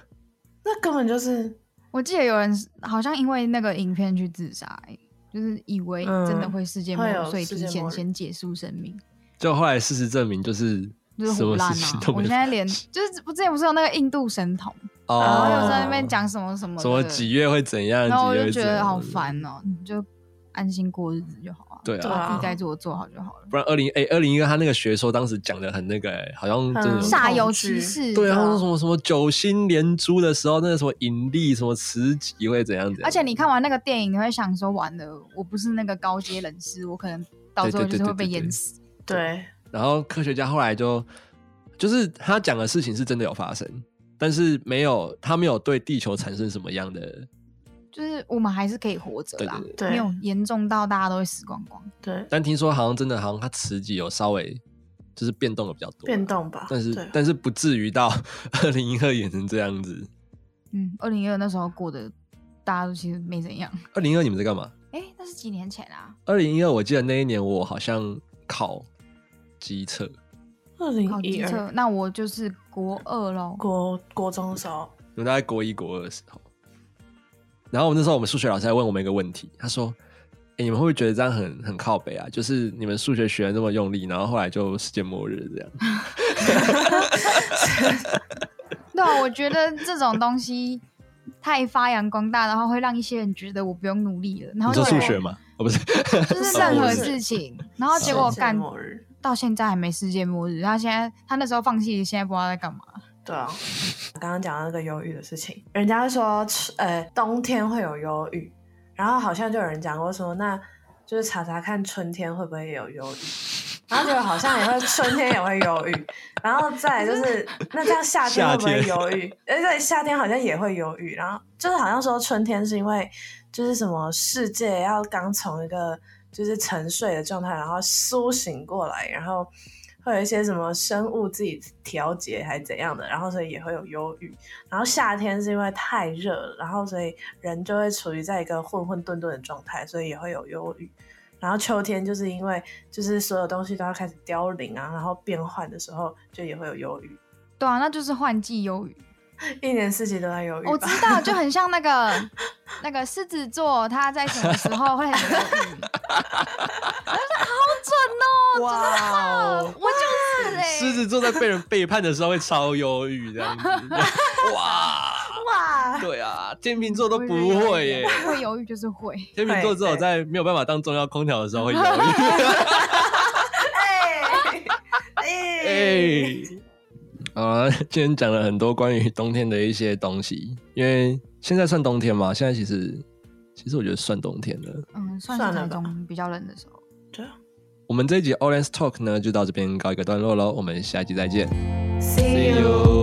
Speaker 1: 那根本就是
Speaker 3: 我记得有人好像因为那个影片去自杀、欸，就是以为真的会世界末日，
Speaker 1: 嗯会有
Speaker 3: 所以
Speaker 1: 世
Speaker 3: 提
Speaker 1: 界末
Speaker 3: 前
Speaker 1: 日
Speaker 3: 先结束生命。
Speaker 2: 就后来事实证明就是
Speaker 3: 就是
Speaker 2: 什
Speaker 3: 胡
Speaker 2: 么
Speaker 3: 乱
Speaker 2: 事
Speaker 3: 啊
Speaker 2: 情都！
Speaker 3: 我
Speaker 2: 没
Speaker 3: 现
Speaker 2: 有
Speaker 3: 在连就是我之前不是有那个印度神童，
Speaker 2: 哦
Speaker 3: 然后又在那边讲什么什么的
Speaker 2: 什么几月会怎样，
Speaker 3: 然后我
Speaker 2: 几月会
Speaker 3: 就觉
Speaker 2: 怎
Speaker 3: 得
Speaker 2: 样
Speaker 3: 好。烦哦、你就安心过日子就好啊，
Speaker 2: 对
Speaker 1: 对
Speaker 2: 啊，
Speaker 1: 啊
Speaker 3: 把自己该做的做好就好了。
Speaker 2: 不然二零哎二零一二他那个学说当时讲的很那个、欸，好像真的有
Speaker 1: 嗯
Speaker 3: 煞
Speaker 1: 恐
Speaker 3: 有
Speaker 1: 惧
Speaker 3: 其事，
Speaker 2: 对啊，
Speaker 3: 你知
Speaker 2: 他
Speaker 3: 道
Speaker 2: 说
Speaker 3: 吗
Speaker 2: 什么什么九星连珠的时候，那个什么引力什么磁极会怎样怎样，
Speaker 3: 而且你看完那个电影，你会想说，完了，我不是那个高阶人士，我可能到时候就是会被淹死。
Speaker 1: 对，
Speaker 2: 然后科学家后来就，就是他讲的事情是真的有发生，但是没有他没有对地球产生什么样的，
Speaker 3: 就是我们还是可以活着
Speaker 2: 对
Speaker 3: 啦
Speaker 2: 对，
Speaker 1: 对
Speaker 2: 对。
Speaker 3: 没有严重到大家都会死光光。
Speaker 1: 对，
Speaker 2: 但听说好像真的好像它磁极有稍微就是变动的比较多，
Speaker 1: 变，动吧。
Speaker 2: 但
Speaker 1: 对啊
Speaker 2: 是但是不至于到 二零一二演成这样子。
Speaker 3: 嗯，二零一二那时候过的，大家都其实没怎样。
Speaker 2: 二零一二你们在干嘛？
Speaker 3: 哎、那是几年前啊？
Speaker 2: 二零一二我记得那一年我好像考机测，
Speaker 1: 二零
Speaker 3: 考
Speaker 1: 一
Speaker 3: 机
Speaker 1: 二
Speaker 3: 测，那我就是国二喽。
Speaker 1: 国国中的时候，
Speaker 2: 我大概国一国二的时候，然后我们那时候我们数学老师还问我们一个问题，他说：“哎、你们会不会觉得这样很很靠北啊？就是你们数学学的那么用力，然后后来就世界末日这样。
Speaker 3: 对啊，我觉得这种东西太发扬光大，然后会让一些人觉得我不用努力了，”然后
Speaker 2: 你说
Speaker 3: 就
Speaker 2: 数学吗？哦，不是，
Speaker 3: 就是任何
Speaker 1: 是
Speaker 3: 事情，然后结果我
Speaker 1: 世界
Speaker 3: 干
Speaker 1: 末日，
Speaker 3: 到现在还没世界末日，他现在他那时候放弃，现在不知道在干嘛。
Speaker 1: 对啊，刚刚讲到那个忧郁的事情，人家说吃呃冬天会有忧郁，然后好像就有人讲过说，那就是查查看春天会不会也有忧郁，然后结果好像也会春天也会忧郁，然后再来就是那这样夏天会不会
Speaker 2: 夏
Speaker 1: 忧郁？哎对，夏天好像也会忧郁，然后就是好像说春天是因为就是什么世界要刚从一个就是沉睡的状态，然后苏醒过来，然后会有一些什么生物自己调节还怎样的，然后所以也会有忧郁。然后夏天是因为太热了，然后所以人就会处于在一个混混沌沌的状态，所以也会有忧郁。然后秋天就是因为就是所有东西都要开始凋零啊，然后变换的时候就也会有忧郁，
Speaker 3: 对啊，那就是换季忧郁。
Speaker 1: 一年四季都在忧郁吧。
Speaker 3: 我知道，就很像那个那个狮子座，他在什么时候会很忧郁？ 我就说好准哦，真的，我就是哎、
Speaker 2: 狮子座在被人背叛的时候会超忧郁这 样子。哇，
Speaker 1: 哇，
Speaker 2: 对啊，天秤座都不会耶。
Speaker 3: 会犹豫就是会。
Speaker 2: 天秤座只有
Speaker 1: 会对
Speaker 2: 在没有办法当中央空调的时 候会忧郁。
Speaker 1: 哎哎，
Speaker 2: 哎，啊，今天讲了很多关于冬天的一些东西，因为现在算冬天嘛，现在其实其实我觉得算冬天了。
Speaker 3: 嗯，算
Speaker 1: 算
Speaker 3: 是
Speaker 1: 了
Speaker 3: 台
Speaker 1: 吧
Speaker 3: 中比较冷的时候。
Speaker 1: 对啊。
Speaker 2: 我们这一集 Orange Talk 呢就到这边告一个段落喽，我们下一集再见
Speaker 1: See you.
Speaker 2: you。